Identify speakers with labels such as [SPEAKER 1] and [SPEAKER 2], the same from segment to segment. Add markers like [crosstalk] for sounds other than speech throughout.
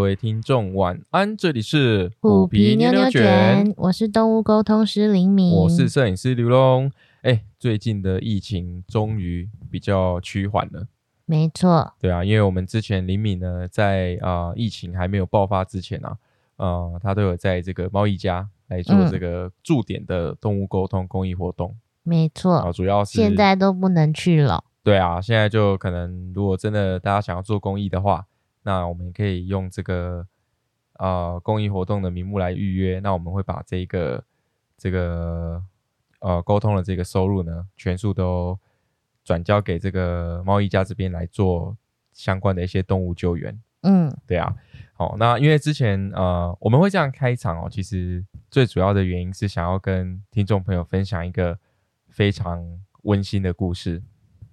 [SPEAKER 1] 位听众晚安，这里是
[SPEAKER 2] 虎皮妞妞卷，，我是动物沟通师林敏，
[SPEAKER 1] 我是摄影师刘龙。哎，最近的疫情终于比较趋缓了，
[SPEAKER 2] 没错，
[SPEAKER 1] 对啊，因为我们之前林敏呢，在啊、呃疫情还没有爆发之前啊，呃，他都有在这个贸易家来做
[SPEAKER 2] 嗯
[SPEAKER 1] 这个驻点的动物沟通公益活动
[SPEAKER 2] 没
[SPEAKER 1] 啊、
[SPEAKER 2] 错，
[SPEAKER 1] 主要是
[SPEAKER 2] 现在都不能去了，
[SPEAKER 1] 对啊，现在就可能如果真的大家想要做公益的话，那我们可以用这个呃公益活动的名目来预约。那我们会把这个这个呃沟通的这个收入呢，全数都转交给这个贸易家这边来做相关的一些动物救援。
[SPEAKER 2] 嗯，
[SPEAKER 1] 对啊，好，那因为之前呃我们会这样开场哦，其实最主要的原因是想要跟听众朋友分享一个非常温馨的故事。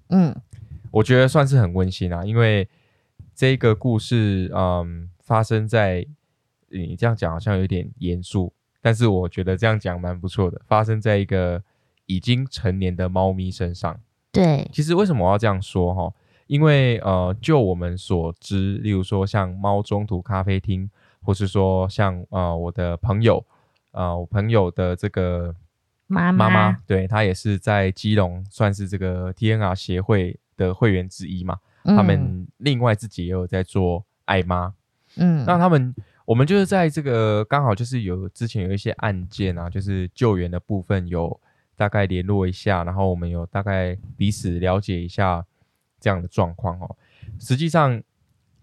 [SPEAKER 2] 嗯，
[SPEAKER 1] 我觉得算是很温馨啊，因为这个故事，嗯，发生在你这样讲好像有点严肃，但是我觉得这样讲蛮不错的。发生在一个已经成年的猫咪身上。
[SPEAKER 2] 对，
[SPEAKER 1] 其实为什么我要这样说哈？因为呃，就我们所知，例如说像猫中途咖啡厅，或是说像呃我的朋友，呃我朋友的这个
[SPEAKER 2] 妈
[SPEAKER 1] 妈妈，对她也是在基隆算是这个 TNR 协会的会员之一嘛。他们另外自己也有在做爱妈，
[SPEAKER 2] 嗯，
[SPEAKER 1] 那
[SPEAKER 2] 嗯，
[SPEAKER 1] 他们我们就是在这个刚好就是有之前有一些案件啊，就是救援的部分有大概联络一下，然后我们有大概彼此了解一下这样的状况哦。实际上，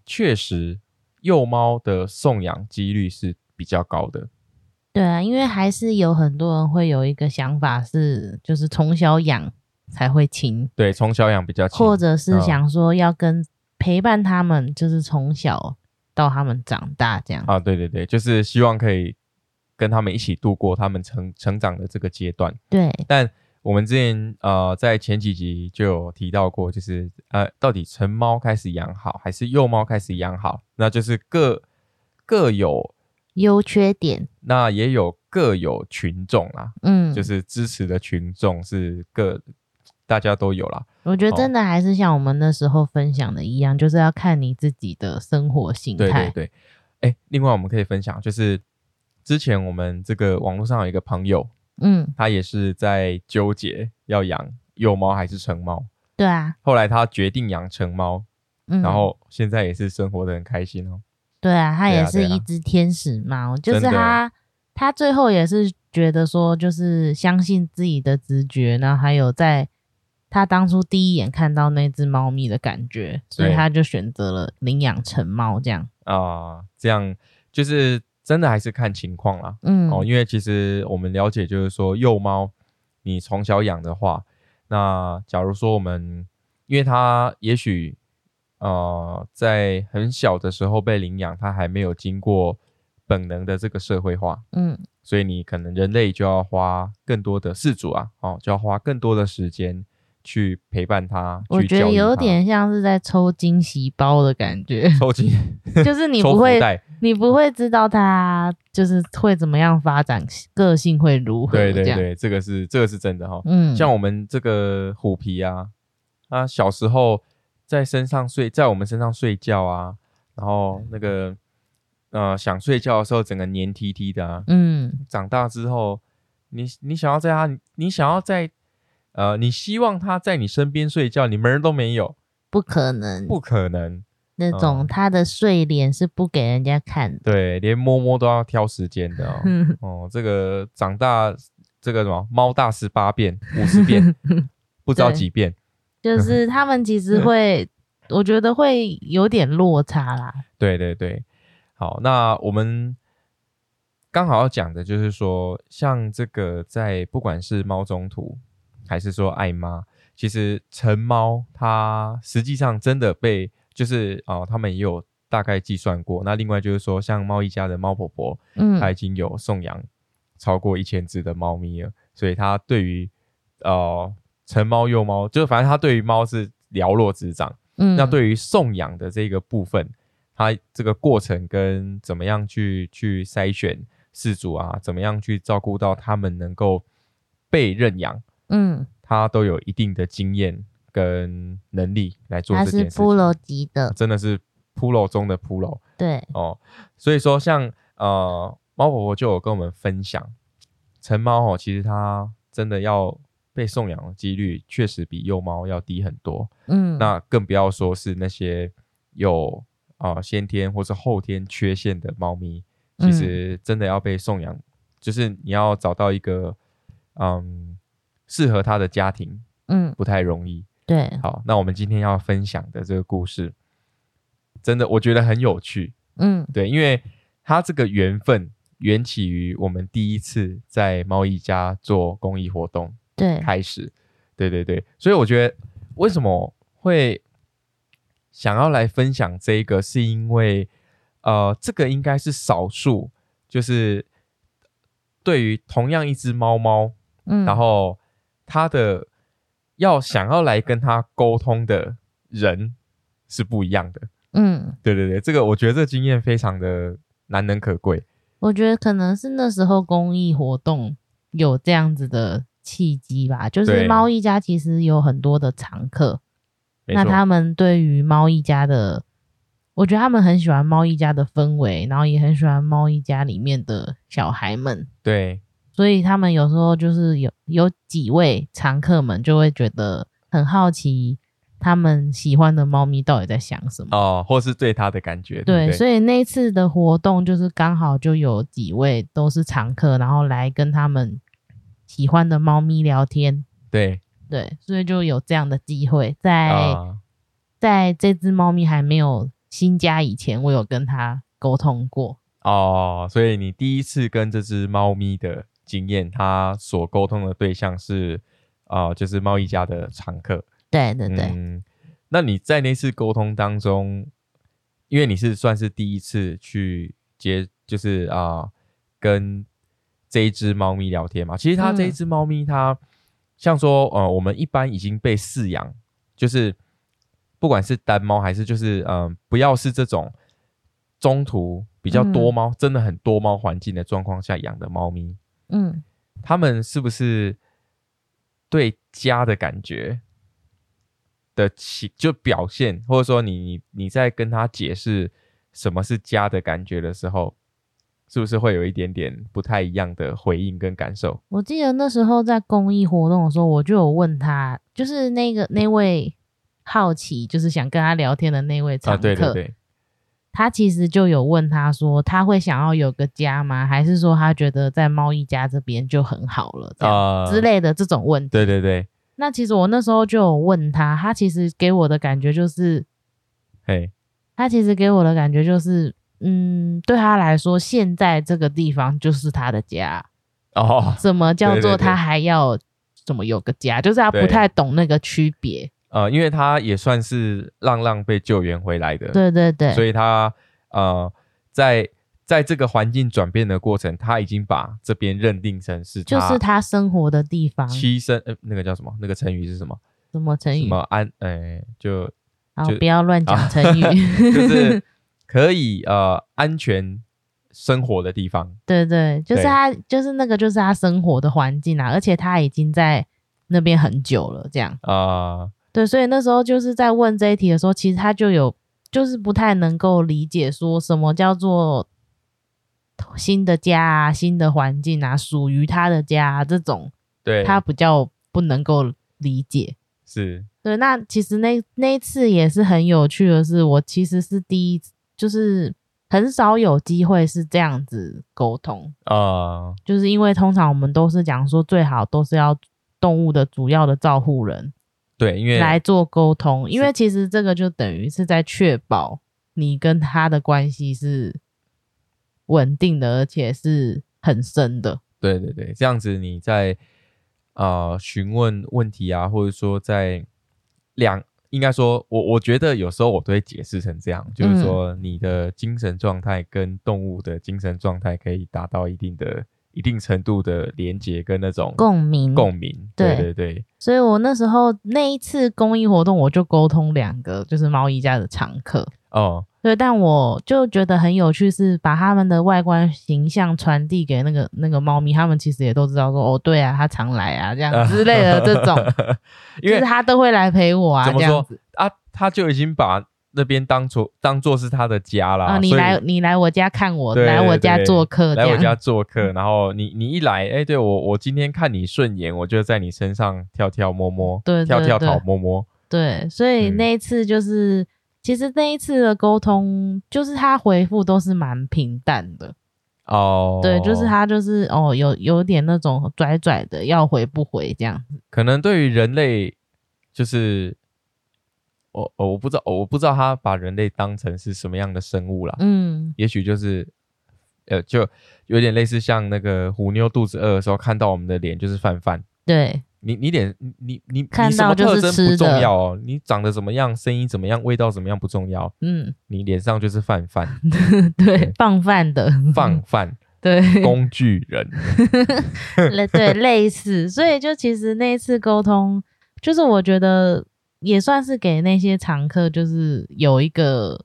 [SPEAKER 1] 确实幼猫的送养几率是比较高的，
[SPEAKER 2] 对啊，因为还是有很多人会有一个想法是，就是从小养才会亲，
[SPEAKER 1] 对，从小养比较轻，
[SPEAKER 2] 或者是
[SPEAKER 1] 嗯
[SPEAKER 2] 想说要跟陪伴他们，就是从小到他们长大这样，
[SPEAKER 1] 啊，对对对，就是希望可以跟他们一起度过他们成成长的这个阶段。
[SPEAKER 2] 对，
[SPEAKER 1] 但我们之前呃在前几集就有提到过，就是呃到底成猫开始养好还是幼猫开始养好，那就是各各有，
[SPEAKER 2] 优缺点，
[SPEAKER 1] 那也有各有群众啦，
[SPEAKER 2] 嗯，
[SPEAKER 1] 就是支持的群众是各大家都有啦。
[SPEAKER 2] 我觉得真
[SPEAKER 1] 哦
[SPEAKER 2] 的还是像我们那时候分享的一样，就是要看你自己的生活形
[SPEAKER 1] 对对
[SPEAKER 2] 态。
[SPEAKER 1] 对，哎，另外我们可以分享，就是之前我们这个网络上有一个朋友，
[SPEAKER 2] 嗯，
[SPEAKER 1] 他也是在纠结要养幼猫还是成猫，
[SPEAKER 2] 对啊，
[SPEAKER 1] 后来他决定养成猫，
[SPEAKER 2] 嗯，
[SPEAKER 1] 然后现在也是生活的很开心哦。
[SPEAKER 2] 对啊，它
[SPEAKER 1] 对啊对
[SPEAKER 2] 也是
[SPEAKER 1] 啊
[SPEAKER 2] 一只天使猫，就是
[SPEAKER 1] 真的
[SPEAKER 2] 它，它最后也是觉得说，就是相信自己的直觉，然后还有在它当初第一眼看到那只猫咪的感觉，所以
[SPEAKER 1] 对
[SPEAKER 2] 它就选择了领养成猫这样。
[SPEAKER 1] 啊、这样就是真的还是看情况啦。
[SPEAKER 2] 嗯，
[SPEAKER 1] 哦，因为其实我们了解，就是说幼猫，你从小养的话，那假如说我们，因为它也许呃在很小的时候被领养，它还没有经过本能的这个社会化，
[SPEAKER 2] 嗯，
[SPEAKER 1] 所以你可能人类就要花更多的饲主啊，哦，就要花更多的时间去陪伴它，
[SPEAKER 2] 我
[SPEAKER 1] 去
[SPEAKER 2] 觉
[SPEAKER 1] 教
[SPEAKER 2] 得
[SPEAKER 1] 育
[SPEAKER 2] 有
[SPEAKER 1] 它，
[SPEAKER 2] 点像是在抽惊喜包的感觉
[SPEAKER 1] [laughs]
[SPEAKER 2] [laughs]
[SPEAKER 1] 抽筋，
[SPEAKER 2] 就是你
[SPEAKER 1] 抽
[SPEAKER 2] 不
[SPEAKER 1] 福
[SPEAKER 2] 会
[SPEAKER 1] 袋
[SPEAKER 2] 你不会知道他就是会怎么样发展，个性会如何？
[SPEAKER 1] 对对
[SPEAKER 2] 这样，
[SPEAKER 1] 对，这个是这个是真的哈、
[SPEAKER 2] 嗯，
[SPEAKER 1] 像我们这个虎皮啊，啊，小时候在身上睡，在我们身上睡觉啊，然后那个呃想睡觉的时候，整个黏 T T 的啊。
[SPEAKER 2] 嗯，
[SPEAKER 1] 长大之后，你你想要在它，你想要在呃，你希望它在你身边睡觉，你门儿都没有，
[SPEAKER 2] 不可能，
[SPEAKER 1] 不嗯可能。
[SPEAKER 2] 那种他的睡脸是不给人家看的。
[SPEAKER 1] 对，连摸摸都要挑时间的
[SPEAKER 2] 嗯
[SPEAKER 1] 哦。 [laughs] 哦，这个长大这个什么猫大十八变、五十
[SPEAKER 2] [laughs]
[SPEAKER 1] 变，不知道
[SPEAKER 2] 对
[SPEAKER 1] 几遍。
[SPEAKER 2] 就是他们其
[SPEAKER 1] [laughs]
[SPEAKER 2] 实会，我觉得会有点落差啦。
[SPEAKER 1] 对对对，好，那我们刚好要讲的就是说，像这个在不管是猫中途还是说爱妈，其实成猫它实际上真的被就是啊、呃他们也有大概计算过。那另外就是说，像猫一家的猫婆婆，
[SPEAKER 2] 嗯
[SPEAKER 1] 它已经有送养超过一千只的猫咪了，所以它对于呃成猫幼猫，就反正它对于猫是了若指掌。
[SPEAKER 2] 嗯，
[SPEAKER 1] 那对于送养的这个部分，它这个过程跟怎么样去去筛选饲主啊，怎么样去照顾到他们能够被认养，
[SPEAKER 2] 嗯，
[SPEAKER 1] 它都有一定的经验跟能力来做
[SPEAKER 2] 他
[SPEAKER 1] 这件
[SPEAKER 2] 是
[SPEAKER 1] 事情。
[SPEAKER 2] 菠萝级的，
[SPEAKER 1] 真的是 Polo 中的 Polo
[SPEAKER 2] 对，
[SPEAKER 1] 哦。所以说像，呃猫婆婆就有跟我们分享，成猫哦，其实它真的要被送养的几率确实比幼猫要低很多。
[SPEAKER 2] 嗯，
[SPEAKER 1] 那更不要说是那些有啊、呃先天或是后天缺陷的猫咪，其
[SPEAKER 2] 嗯
[SPEAKER 1] 实真的要被送养，就是你要找到一个嗯适合它的家庭
[SPEAKER 2] 嗯，
[SPEAKER 1] 不太容易。
[SPEAKER 2] 对，
[SPEAKER 1] 好，那我们今天要分享的这个故事，真的我觉得很有趣，
[SPEAKER 2] 嗯
[SPEAKER 1] 对，因为它这个缘分缘起于我们第一次在猫一家做公益活动，
[SPEAKER 2] 对，
[SPEAKER 1] 开始。对对对，所以我觉得为什么会想要来分享这一个，是因为呃，这个应该是少数，就是对于同样一只猫猫，
[SPEAKER 2] 嗯，
[SPEAKER 1] 然后它的要想要来跟它沟通的人是不一样的。
[SPEAKER 2] 嗯，
[SPEAKER 1] 对对对，这个我觉得这经验非常的难能可贵。
[SPEAKER 2] 我觉得可能是那时候公益活动有这样子的契机吧，就是
[SPEAKER 1] 对
[SPEAKER 2] 猫一家其实有很多的常客，
[SPEAKER 1] 没
[SPEAKER 2] 那
[SPEAKER 1] 错
[SPEAKER 2] 他们对于猫一家的，我觉得他们很喜欢猫一家的氛围，然后也很喜欢猫一家里面的小孩们，
[SPEAKER 1] 对
[SPEAKER 2] 所以他们有时候就是有有几位常客们就会觉得很好奇，他们喜欢的猫咪到底在想什么。
[SPEAKER 1] 哦、或是对它的感觉，对
[SPEAKER 2] 对，
[SPEAKER 1] 不对？
[SPEAKER 2] 所以那一次的活动就是刚好就有几位都是常客，然后来跟他们喜欢的猫咪聊天。
[SPEAKER 1] 对
[SPEAKER 2] 对，所以就有这样的机会，在、
[SPEAKER 1] 啊。
[SPEAKER 2] 在这只猫咪还没有新家以前，我有跟它沟通过。
[SPEAKER 1] 哦，所以你第一次跟这只猫咪的经验，它所沟通的对象是啊、呃就是猫一家的常客。
[SPEAKER 2] 对对对，
[SPEAKER 1] 嗯，那你在那次沟通当中，因为你是算是第一次去接，就是啊、跟这一只猫咪聊天嘛。其实它这一
[SPEAKER 2] 嗯
[SPEAKER 1] 只猫咪它，像说呃，我们一般已经被饲养，就是不管是单猫还是就是嗯、呃不要是这种中途比较多
[SPEAKER 2] 嗯
[SPEAKER 1] 猫，真的很多猫环境的状况下养的猫咪，
[SPEAKER 2] 嗯，
[SPEAKER 1] 他们是不是对家的感觉的起就表现，或者说你你你在跟他解释什么是家的感觉的时候，是不是会有一点点不太一样的回应跟感受？
[SPEAKER 2] 我记得那时候在公益活动的时候，我就有问他，就是那个那位好奇，就是想跟他聊天的那位常
[SPEAKER 1] 啊，
[SPEAKER 2] 客，
[SPEAKER 1] 对对对，
[SPEAKER 2] 他其实就有问他说，他会想要有个家吗？还是说他觉得在猫一家这边就很好了，这样、
[SPEAKER 1] 啊、
[SPEAKER 2] 之类的这种问题。
[SPEAKER 1] 对对对，
[SPEAKER 2] 那其实我那时候就有问他，他其实给我的感觉就是，
[SPEAKER 1] 嘿，
[SPEAKER 2] 他其实给我的感觉就是，嗯，对他来说，现在这个地方就是他的家。
[SPEAKER 1] 哦，
[SPEAKER 2] 什么叫
[SPEAKER 1] 对对
[SPEAKER 2] 做
[SPEAKER 1] 对
[SPEAKER 2] 他还要怎么有个家？就是他
[SPEAKER 1] 对
[SPEAKER 2] 不太懂那个区别。
[SPEAKER 1] 呃，因为他也算是浪浪被救援回来的，
[SPEAKER 2] 对对对，
[SPEAKER 1] 所以他呃，在在这个环境转变的过程，他已经把这边认定成是
[SPEAKER 2] 就是他生活的地方。
[SPEAKER 1] 栖身，呃，那个叫什么？那个成语是什么？
[SPEAKER 2] 什么啊成
[SPEAKER 1] 什
[SPEAKER 2] 语？
[SPEAKER 1] 么安？哎，就
[SPEAKER 2] 好
[SPEAKER 1] 就，
[SPEAKER 2] 不要乱
[SPEAKER 1] 啊
[SPEAKER 2] 讲成语。
[SPEAKER 1] [laughs]
[SPEAKER 2] [laughs]
[SPEAKER 1] 就是可以呃安全生活的地方。
[SPEAKER 2] 对对，就是
[SPEAKER 1] 对
[SPEAKER 2] 他，就是那个，就是他生活的环境啊，而且他已经在那边很久了，这样。
[SPEAKER 1] 啊，
[SPEAKER 2] 对，所以那时候就是在问这一题的时候，其实他就有，就是不太能够理解说什么叫做新的家啊、新的环境啊、属于他的家、啊、这种，
[SPEAKER 1] 对，
[SPEAKER 2] 他比较不能够理解。
[SPEAKER 1] 是
[SPEAKER 2] 对，那其实那那一次也是很有趣的是，我其实是第一次，就是很少有机会是这样子沟通。
[SPEAKER 1] 啊，
[SPEAKER 2] 就是因为通常我们都是讲说最好都是要动物的主要的照护人
[SPEAKER 1] 对，因为
[SPEAKER 2] 来做沟通，因为其实这个就等于是在确保你跟他的关系是稳定的，而且是很深的。
[SPEAKER 1] 对对对，这样子你在啊询问问题啊，或者说在两，应该说，我我觉得有时候我都会解释成这样，就是
[SPEAKER 2] 嗯
[SPEAKER 1] 说你的精神状态跟动物的精神状态可以达到一定的一定程度的连接跟那种
[SPEAKER 2] 共鸣
[SPEAKER 1] 共鸣，对
[SPEAKER 2] 嗯对
[SPEAKER 1] 对对，
[SPEAKER 2] 所以我那时候那一次公益活动，我就沟通两个就是猫一家的常客，
[SPEAKER 1] 哦， [laughs]
[SPEAKER 2] 对，但我就觉得很有趣，是把他们的外观形象传递给那个那个猫咪，他们其实也都知道说，哦，对啊，它常来啊，这样之类的这种，
[SPEAKER 1] [laughs] 因为
[SPEAKER 2] 就是它都会来陪我啊，
[SPEAKER 1] 怎么
[SPEAKER 2] 这样
[SPEAKER 1] 说
[SPEAKER 2] 子。
[SPEAKER 1] 啊，他就已经把那边当做当做是他的家啦。
[SPEAKER 2] 啊，你
[SPEAKER 1] 所以
[SPEAKER 2] 来你来我家看我，
[SPEAKER 1] 对
[SPEAKER 2] 来我
[SPEAKER 1] 对
[SPEAKER 2] 家嗯
[SPEAKER 1] 对
[SPEAKER 2] 做客，
[SPEAKER 1] 来
[SPEAKER 2] 这
[SPEAKER 1] 我
[SPEAKER 2] 样
[SPEAKER 1] 家做客，然后你你一来，哎、对我我今天看你顺眼，我就在你身上跳跳摸摸，
[SPEAKER 2] 对
[SPEAKER 1] 跳
[SPEAKER 2] 对
[SPEAKER 1] 跳
[SPEAKER 2] 对
[SPEAKER 1] 跑摸摸，
[SPEAKER 2] 对，所以
[SPEAKER 1] 嗯
[SPEAKER 2] 那一次就是，其实那一次的沟通，就是他回复都是蛮平淡的，
[SPEAKER 1] 哦，
[SPEAKER 2] 对，就是他就是哦，有有点那种拽拽的，要回不回这样，
[SPEAKER 1] 可能对于人类，就是我我我不知道我不知道他把人类当成是什么样的生物啦，
[SPEAKER 2] 嗯，
[SPEAKER 1] 也许就是呃，就有点类似像那个虎妞肚子饿的时候看到我们的脸就是泛泛。
[SPEAKER 2] 对，
[SPEAKER 1] 你你脸你你你
[SPEAKER 2] 看
[SPEAKER 1] 你什么
[SPEAKER 2] 到就
[SPEAKER 1] 特
[SPEAKER 2] 是
[SPEAKER 1] 征
[SPEAKER 2] 吃
[SPEAKER 1] 不
[SPEAKER 2] 的
[SPEAKER 1] 重要哦，你长得怎么样，声音怎么样，味道怎么样不重要，
[SPEAKER 2] 嗯，
[SPEAKER 1] 你脸上就是泛
[SPEAKER 2] [laughs]
[SPEAKER 1] 泛
[SPEAKER 2] 对，放饭的，
[SPEAKER 1] 放泛
[SPEAKER 2] 对，
[SPEAKER 1] 工具人。
[SPEAKER 2] 类对类似，所以就其实那一次沟通，就是我觉得也算是给那些常客，就是有一个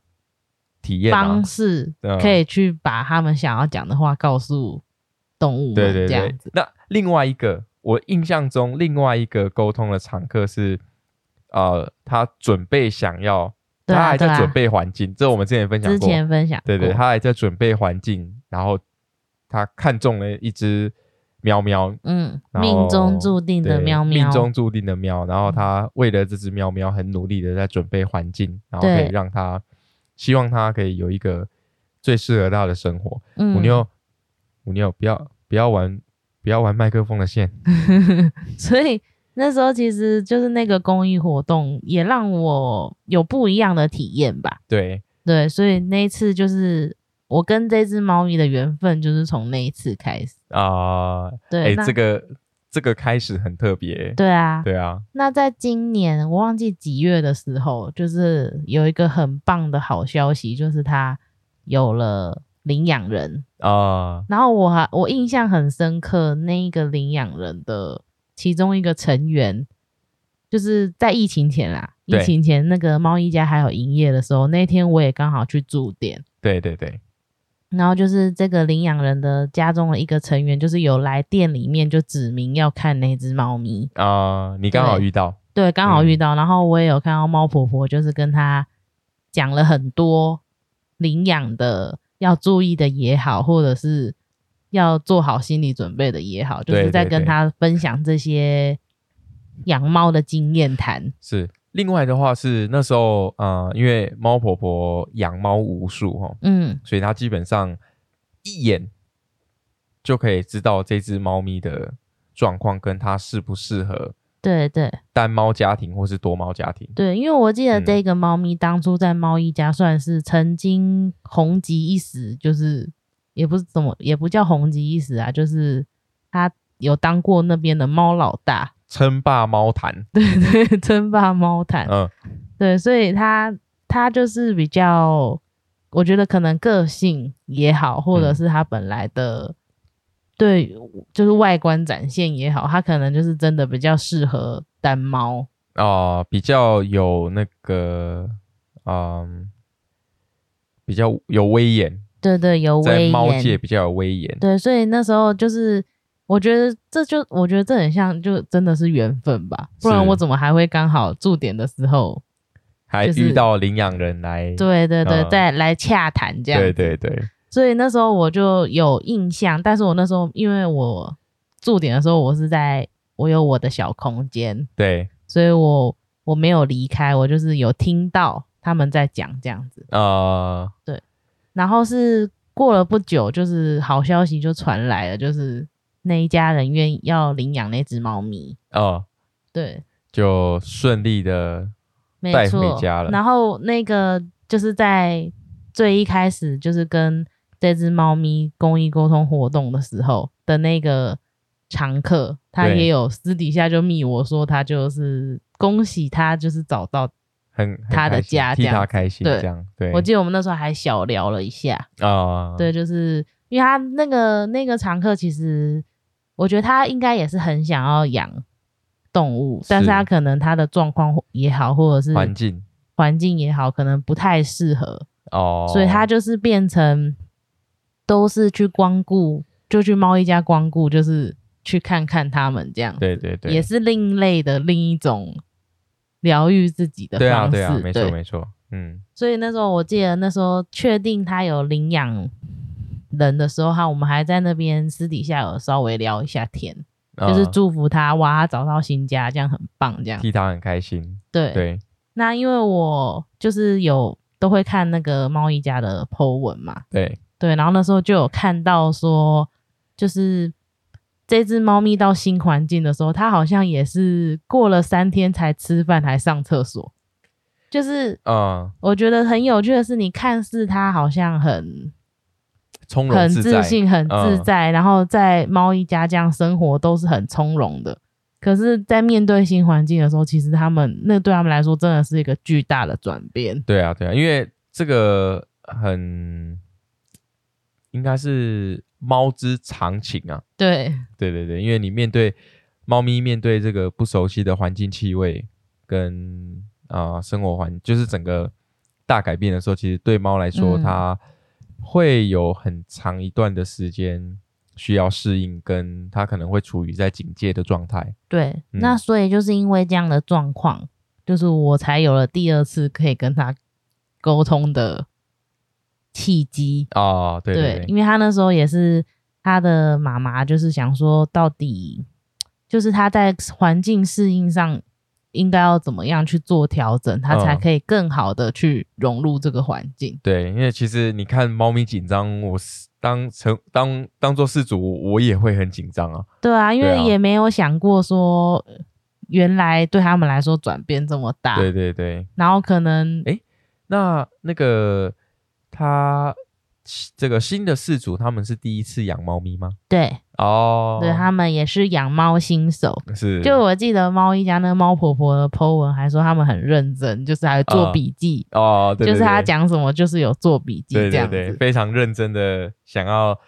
[SPEAKER 1] 体验啊
[SPEAKER 2] 方，式
[SPEAKER 1] 嗯，
[SPEAKER 2] 可以去把他们想要讲的话告诉动物们，
[SPEAKER 1] 对对
[SPEAKER 2] 这
[SPEAKER 1] 对
[SPEAKER 2] 样子。。
[SPEAKER 1] 那另外一个，我印象中另外一个沟通的常客是，呃，他准备想要，
[SPEAKER 2] 对啊
[SPEAKER 1] 他还
[SPEAKER 2] 对
[SPEAKER 1] 在
[SPEAKER 2] 啊
[SPEAKER 1] 准备环境，这我们之前也分享
[SPEAKER 2] 之
[SPEAKER 1] 过，
[SPEAKER 2] 前分享过，
[SPEAKER 1] 对对，他还在准备环境，然后他看中了一只喵喵，
[SPEAKER 2] 嗯，
[SPEAKER 1] 然
[SPEAKER 2] 命中
[SPEAKER 1] 后
[SPEAKER 2] 注定的
[SPEAKER 1] 对
[SPEAKER 2] 喵喵，
[SPEAKER 1] 命中注定的喵。然后他为了这只喵喵，很努力的在准备环境，然后可以
[SPEAKER 2] 对
[SPEAKER 1] 让它，希望它可以有一个最适合它的生活。
[SPEAKER 2] 嗯
[SPEAKER 1] 母妞，母妞，不要不要玩不要玩麦克风的线， [laughs]
[SPEAKER 2] 嗯所以那时候其实就是那个公益活动也让我有不一样的体验吧。
[SPEAKER 1] 对，
[SPEAKER 2] 对，所以那一次就是我跟这只猫咪的缘分，就是从那一次开始。
[SPEAKER 1] 啊、
[SPEAKER 2] 对，
[SPEAKER 1] 哎、
[SPEAKER 2] 那
[SPEAKER 1] 这个这个开始很特别，
[SPEAKER 2] 对啊，
[SPEAKER 1] 对啊，
[SPEAKER 2] 那在今年我忘记几月的时候，就是有一个很棒的好消息，就是它有了领养人。
[SPEAKER 1] 啊、
[SPEAKER 2] 然后我还我印象很深刻，那一个领养人的其中一个成员，就是在疫情前啦，疫
[SPEAKER 1] 对
[SPEAKER 2] 情前那个猫一家还有营业的时候，那天我也刚好去驻点，
[SPEAKER 1] 对对对，
[SPEAKER 2] 然后就是这个领养人的家中的一个成员，就是有来店里面就指明要看那只猫咪，
[SPEAKER 1] 啊、你刚好
[SPEAKER 2] 对
[SPEAKER 1] 遇到，
[SPEAKER 2] 对，刚好
[SPEAKER 1] 嗯
[SPEAKER 2] 遇到，然后我也有看到猫婆婆，就是跟他讲了很多领养的要注意的也好，或者是要做好心理准备的也好，就
[SPEAKER 1] 对
[SPEAKER 2] 是在
[SPEAKER 1] 对
[SPEAKER 2] 跟
[SPEAKER 1] 对
[SPEAKER 2] 他分享这些养猫的经验谈。
[SPEAKER 1] 是。另外的话是那时候，呃，因为猫婆婆养猫无数哈、哦，
[SPEAKER 2] 嗯，
[SPEAKER 1] 所以她基本上一眼就可以知道这只猫咪的状况，跟它适不适合
[SPEAKER 2] 对对
[SPEAKER 1] 单猫家庭或是多猫家庭。
[SPEAKER 2] 对，因为我记得
[SPEAKER 1] 嗯
[SPEAKER 2] 这个猫咪当初在猫一家算是曾经红极一时，就是也不是怎么也不叫红极一时啊，就是它有当过那边的猫老大。 [laughs]
[SPEAKER 1] 称霸猫坛，
[SPEAKER 2] 对对，称霸猫坛。
[SPEAKER 1] 嗯，
[SPEAKER 2] 对，所以他他就是比较，我觉得可能个性也好，或者
[SPEAKER 1] 嗯
[SPEAKER 2] 是他本来的、对，就是外观展现也好，他可能就是真的比较适合单猫。
[SPEAKER 1] 啊、比较有那个，嗯，比较有威严，
[SPEAKER 2] 对对，有
[SPEAKER 1] 在
[SPEAKER 2] 威
[SPEAKER 1] 猫界
[SPEAKER 2] 严。
[SPEAKER 1] 比较有威严。
[SPEAKER 2] 对，所以那时候就是。我觉得这就，我觉得这很像，就真的是缘分吧，不然
[SPEAKER 1] 是
[SPEAKER 2] 我怎么还会刚好驻点的时候，
[SPEAKER 1] 还
[SPEAKER 2] 就是
[SPEAKER 1] 遇到领养人来，
[SPEAKER 2] 对对对，
[SPEAKER 1] 嗯
[SPEAKER 2] 再来洽谈这样子。
[SPEAKER 1] 对对对，
[SPEAKER 2] 所以那时候我就有印象，但是我那时候因为我驻点的时候，我是在我有我的小空间，
[SPEAKER 1] 对
[SPEAKER 2] 所以我我没有离开，我就是有听到他们在讲这样子。
[SPEAKER 1] 呃，
[SPEAKER 2] 然后是过了不久，就是好消息就传来了，就是那一家人愿意要领养那只猫咪，
[SPEAKER 1] 哦，
[SPEAKER 2] 对，
[SPEAKER 1] 就顺利的，
[SPEAKER 2] 没
[SPEAKER 1] 带回
[SPEAKER 2] 错
[SPEAKER 1] 家了
[SPEAKER 2] 然后那个就是在最一开始，就是跟这只猫咪公益沟通活动的时候的那个常客，他
[SPEAKER 1] 对
[SPEAKER 2] 也有私底下就密我说，他就是恭喜他，就是找到。
[SPEAKER 1] 很很
[SPEAKER 2] 他的
[SPEAKER 1] 开心
[SPEAKER 2] 家
[SPEAKER 1] 替
[SPEAKER 2] 这样
[SPEAKER 1] 他
[SPEAKER 2] 子
[SPEAKER 1] 开心，
[SPEAKER 2] 对
[SPEAKER 1] 这样对，
[SPEAKER 2] 我记得我们那时候还小聊了一下，
[SPEAKER 1] 啊，
[SPEAKER 2] 对，就是因为他那个那个常客，其实我觉得他应该也是很想要养动物，但是
[SPEAKER 1] 是
[SPEAKER 2] 他可能他的状况也好，或者是
[SPEAKER 1] 环境
[SPEAKER 2] 环境也好，可能不太适合，
[SPEAKER 1] 哦，
[SPEAKER 2] 所以他就是变成都是去光顾，就去猫一家光顾，就是去看看他们这样，
[SPEAKER 1] 对对对，
[SPEAKER 2] 也是另类的另一种疗愈自己的
[SPEAKER 1] 对啊
[SPEAKER 2] 方式。
[SPEAKER 1] 对啊，没错
[SPEAKER 2] 对
[SPEAKER 1] 没错，嗯
[SPEAKER 2] 所以那时候我记得那时候确定他有领养人的时候，哈，我们还在那边私底下有稍微聊一下天，就是
[SPEAKER 1] 呃
[SPEAKER 2] 祝福他哇，他找到新家，这样很棒，这样
[SPEAKER 1] 替他很开心。
[SPEAKER 2] 对。
[SPEAKER 1] 对，
[SPEAKER 2] 那因为我就是有都会看那个猫一家的 po 文嘛，
[SPEAKER 1] 对，
[SPEAKER 2] 对，然后那时候就有看到说，就是这只猫咪到新环境的时候，它好像也是过了三天才吃饭，还上厕所。就是
[SPEAKER 1] 嗯，
[SPEAKER 2] 我觉得很有趣的是，你看似它好像很
[SPEAKER 1] 从容
[SPEAKER 2] 很
[SPEAKER 1] 自
[SPEAKER 2] 自
[SPEAKER 1] 在，
[SPEAKER 2] 信、很自
[SPEAKER 1] 嗯
[SPEAKER 2] 在，然后在猫一家这样生活都是很从容的。可是，在面对新环境的时候，其实他们那对他们来说真的是一个巨大的转变。
[SPEAKER 1] 对啊，对啊，因为这个很应该是猫之常情啊。
[SPEAKER 2] 对，
[SPEAKER 1] 对对对，因为你面对猫咪面对这个不熟悉的环境气味跟啊、呃生活环，就是整个大改变的时候，其实对猫来说，
[SPEAKER 2] 嗯
[SPEAKER 1] 它会有很长一段的时间需要适应，跟它可能会处于在警戒的状态。
[SPEAKER 2] 对，
[SPEAKER 1] 嗯
[SPEAKER 2] 那所以就是因为这样的状况，就是我才有了第二次可以跟他沟通的契机。
[SPEAKER 1] 啊，对对
[SPEAKER 2] 因为他那时候也是他的妈妈，就是想说到底就是他在环境适应上应该要怎么样去做调整，他才
[SPEAKER 1] 嗯
[SPEAKER 2] 可以更好的去融入这个环境。
[SPEAKER 1] 对，因为其实你看猫咪紧张，我是当成当当做事主，我也会很紧张啊。
[SPEAKER 2] 对啊，因
[SPEAKER 1] 对
[SPEAKER 2] 为
[SPEAKER 1] 啊
[SPEAKER 2] 也没有想过说呃原来对他们来说转变这么大，
[SPEAKER 1] 对对对，
[SPEAKER 2] 然后可能
[SPEAKER 1] 诶那那个他这个新的事主他们是第一次养猫咪吗？
[SPEAKER 2] 对。
[SPEAKER 1] 哦，
[SPEAKER 2] 对他们也是养猫新手。
[SPEAKER 1] 是
[SPEAKER 2] 就我记得猫一家那个猫婆婆的 po 文还说他们很认真，就是还做
[SPEAKER 1] 啊
[SPEAKER 2] 笔记，
[SPEAKER 1] 哦，对对对
[SPEAKER 2] 就是他讲什么就是有做笔记
[SPEAKER 1] 对
[SPEAKER 2] 这样
[SPEAKER 1] 对
[SPEAKER 2] 子。
[SPEAKER 1] 对，非常认真的想要，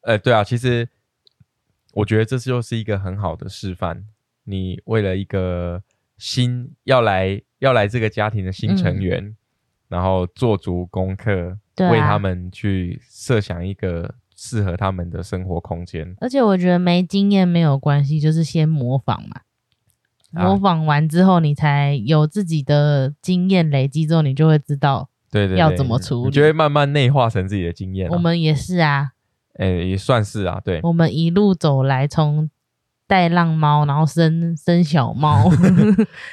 [SPEAKER 1] 呃，对啊，其实我觉得这就是一个很好的示范。你为了一个新要来要来这个家庭的新成
[SPEAKER 2] 嗯
[SPEAKER 1] 员，然后做足功课，
[SPEAKER 2] 对啊
[SPEAKER 1] 为他们去设想一个适合他们的生活空间。
[SPEAKER 2] 而且我觉得没经验没有关系，就是先模仿嘛。
[SPEAKER 1] 啊
[SPEAKER 2] 模仿完之后，你才有自己的经验累积之后，你就会知道。
[SPEAKER 1] 对对对，嗯
[SPEAKER 2] 要怎么处理
[SPEAKER 1] 你就会慢慢内化成自己的经验、啊。
[SPEAKER 2] 我们也是啊，
[SPEAKER 1] 哎、也算是啊，对，
[SPEAKER 2] 我们一路走来，从带浪猫，然后生生小猫，
[SPEAKER 1] [laughs]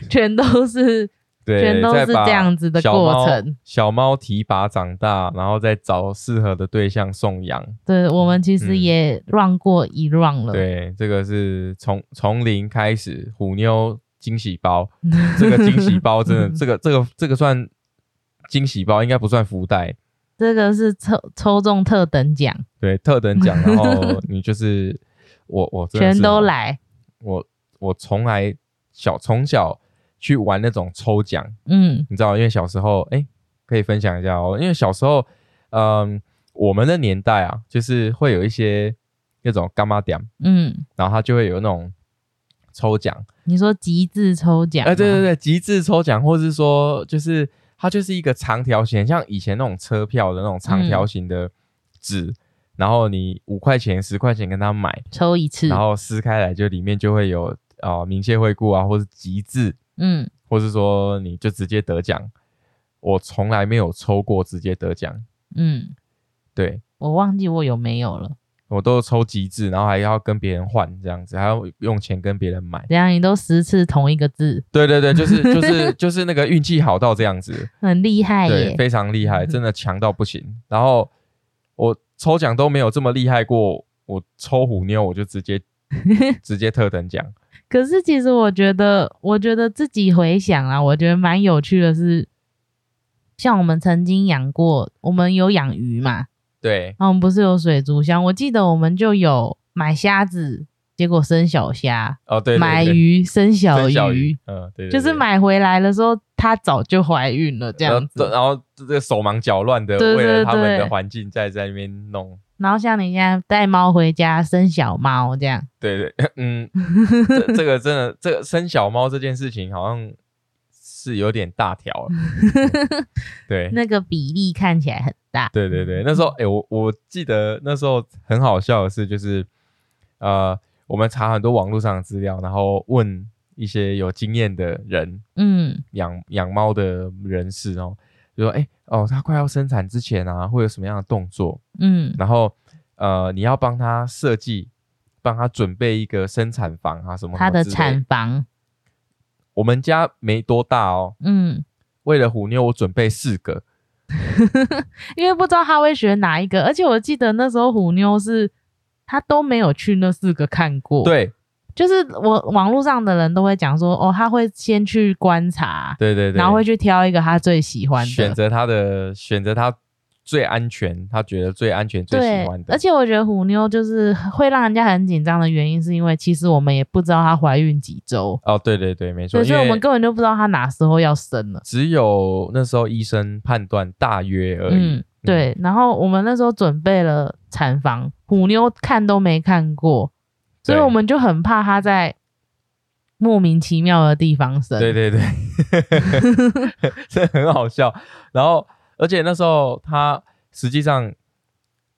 [SPEAKER 2] 全都是
[SPEAKER 1] 对，
[SPEAKER 2] 全都
[SPEAKER 1] 再
[SPEAKER 2] 是
[SPEAKER 1] 把
[SPEAKER 2] 这样子的
[SPEAKER 1] 小
[SPEAKER 2] 过
[SPEAKER 1] 猫
[SPEAKER 2] 程。
[SPEAKER 1] 小猫提拔长大，然后再找适合的对象送养。
[SPEAKER 2] 对我们其实
[SPEAKER 1] 嗯
[SPEAKER 2] 也 run 过一 run 了，
[SPEAKER 1] 对，这个是从从零开始，虎妞惊喜包，这个惊喜包真
[SPEAKER 2] [laughs]
[SPEAKER 1] 的，这个这个这个算惊喜包，应该不算福袋。
[SPEAKER 2] [laughs] 这个是抽抽中特等奖，
[SPEAKER 1] 对，特等奖，然
[SPEAKER 2] [laughs]
[SPEAKER 1] 后你就是我我真的
[SPEAKER 2] 全
[SPEAKER 1] 是
[SPEAKER 2] 都
[SPEAKER 1] 哦，
[SPEAKER 2] 来，
[SPEAKER 1] 我我从来小从小去玩那种抽奖，
[SPEAKER 2] 嗯
[SPEAKER 1] 你知道，因为小时候，哎、可以分享一下哦。因为小时候，嗯，我们的年代啊，就是会有一些那种干妈点，
[SPEAKER 2] 嗯，
[SPEAKER 1] 然后它就会有那种抽奖，
[SPEAKER 2] 你说极致抽奖
[SPEAKER 1] 哎、
[SPEAKER 2] 吗，
[SPEAKER 1] 对对对，极致抽奖，或是说，就是它就是一个长条形，像以前那种车票的那种长条形的纸，然后你五块钱、十块钱跟他买，
[SPEAKER 2] 抽一次，
[SPEAKER 1] 然后撕开来就里面就会有啊、呃明谢惠顾啊，或是极致，
[SPEAKER 2] 嗯，
[SPEAKER 1] 或是说你就直接得奖。我从来没有抽过直接得奖，
[SPEAKER 2] 嗯，
[SPEAKER 1] 对
[SPEAKER 2] 我忘记我有没有了，
[SPEAKER 1] 我都抽极致，然后还要跟别人换这样子，还要用钱跟别人买。
[SPEAKER 2] 这样你都十次同一个字，
[SPEAKER 1] 对对对，就是就是
[SPEAKER 2] [laughs]
[SPEAKER 1] 就是那个运气好到这样子，
[SPEAKER 2] 很厉害
[SPEAKER 1] 对，
[SPEAKER 2] 哎耶，嗯
[SPEAKER 1] 非常厉害，真的强到不行。然后我抽奖都没有这么厉害过，我抽虎妞我就直
[SPEAKER 2] [laughs]
[SPEAKER 1] 接直接特等奖。
[SPEAKER 2] 可是其实我觉得，我觉得自己回想啊，我觉得蛮有趣的是，像我们曾经养过，我们有养鱼嘛，
[SPEAKER 1] 对，
[SPEAKER 2] 然后我们不是有水族箱，我记得我们就有买虾子，结果生小虾，
[SPEAKER 1] 哦对对对
[SPEAKER 2] 买鱼生小
[SPEAKER 1] 生
[SPEAKER 2] 鱼，
[SPEAKER 1] 小鱼，嗯对对
[SPEAKER 2] 就是
[SPEAKER 1] 对
[SPEAKER 2] 买回来的时候它早就怀孕了这
[SPEAKER 1] 然
[SPEAKER 2] 样
[SPEAKER 1] 后
[SPEAKER 2] 子。
[SPEAKER 1] 然后这个手忙脚乱的，
[SPEAKER 2] 对对
[SPEAKER 1] 为了他们的
[SPEAKER 2] 对
[SPEAKER 1] 环境在在那边弄。
[SPEAKER 2] 然后像你现在带猫回家生小猫这样，
[SPEAKER 1] 对 [laughs] 对，嗯，这这个真的，这个生小猫这件事情好像是有点大条
[SPEAKER 2] [laughs]
[SPEAKER 1] 了。对
[SPEAKER 2] 那个比例看起来很大。
[SPEAKER 1] 对对对，那时候哎、诶我我记得那时候很好笑的是，就是呃，我们查很多网络上的资料，然后问一些有经验的人，
[SPEAKER 2] 嗯
[SPEAKER 1] 养养猫的人士哦，比如说，哎、哦，它快要生产之前啊，会有什么样的动作？
[SPEAKER 2] 嗯
[SPEAKER 1] 然后，呃，你要帮它设计，帮它准备一个生产房啊，什么什么
[SPEAKER 2] 它的
[SPEAKER 1] 之类
[SPEAKER 2] 产。房，
[SPEAKER 1] 我们家没多大哦，
[SPEAKER 2] 嗯，
[SPEAKER 1] 为了虎妞，我准备四个，
[SPEAKER 2] 因为不知道他会选哪一个，而且我记得那时候虎妞是他都没有去那四个看过，，
[SPEAKER 1] 对，
[SPEAKER 2] 就是我网络上的人都会讲说，哦，他会先去观察，
[SPEAKER 1] 对对对，
[SPEAKER 2] 然后会去挑一个他最喜欢的，
[SPEAKER 1] 选择他的选择他最安全，他觉得最安全、最
[SPEAKER 2] 对
[SPEAKER 1] 喜欢，的。
[SPEAKER 2] 而且我觉得虎妞就是会让人家很紧张的原因，是因为其实我们也不知道她怀孕几周，
[SPEAKER 1] 哦，对对对，没错，因
[SPEAKER 2] 对，所以我
[SPEAKER 1] 为
[SPEAKER 2] 们根本就不知道她哪时候要生了。
[SPEAKER 1] 只有那时候医生判断大约而已。
[SPEAKER 2] 嗯，对。然后我们那时候准备了产房，虎妞看都没看过，所以
[SPEAKER 1] 对
[SPEAKER 2] 我们就很怕她在莫名其妙的地方生。
[SPEAKER 1] 对对对， [laughs] 这很好笑。然后，而且那时候他实际上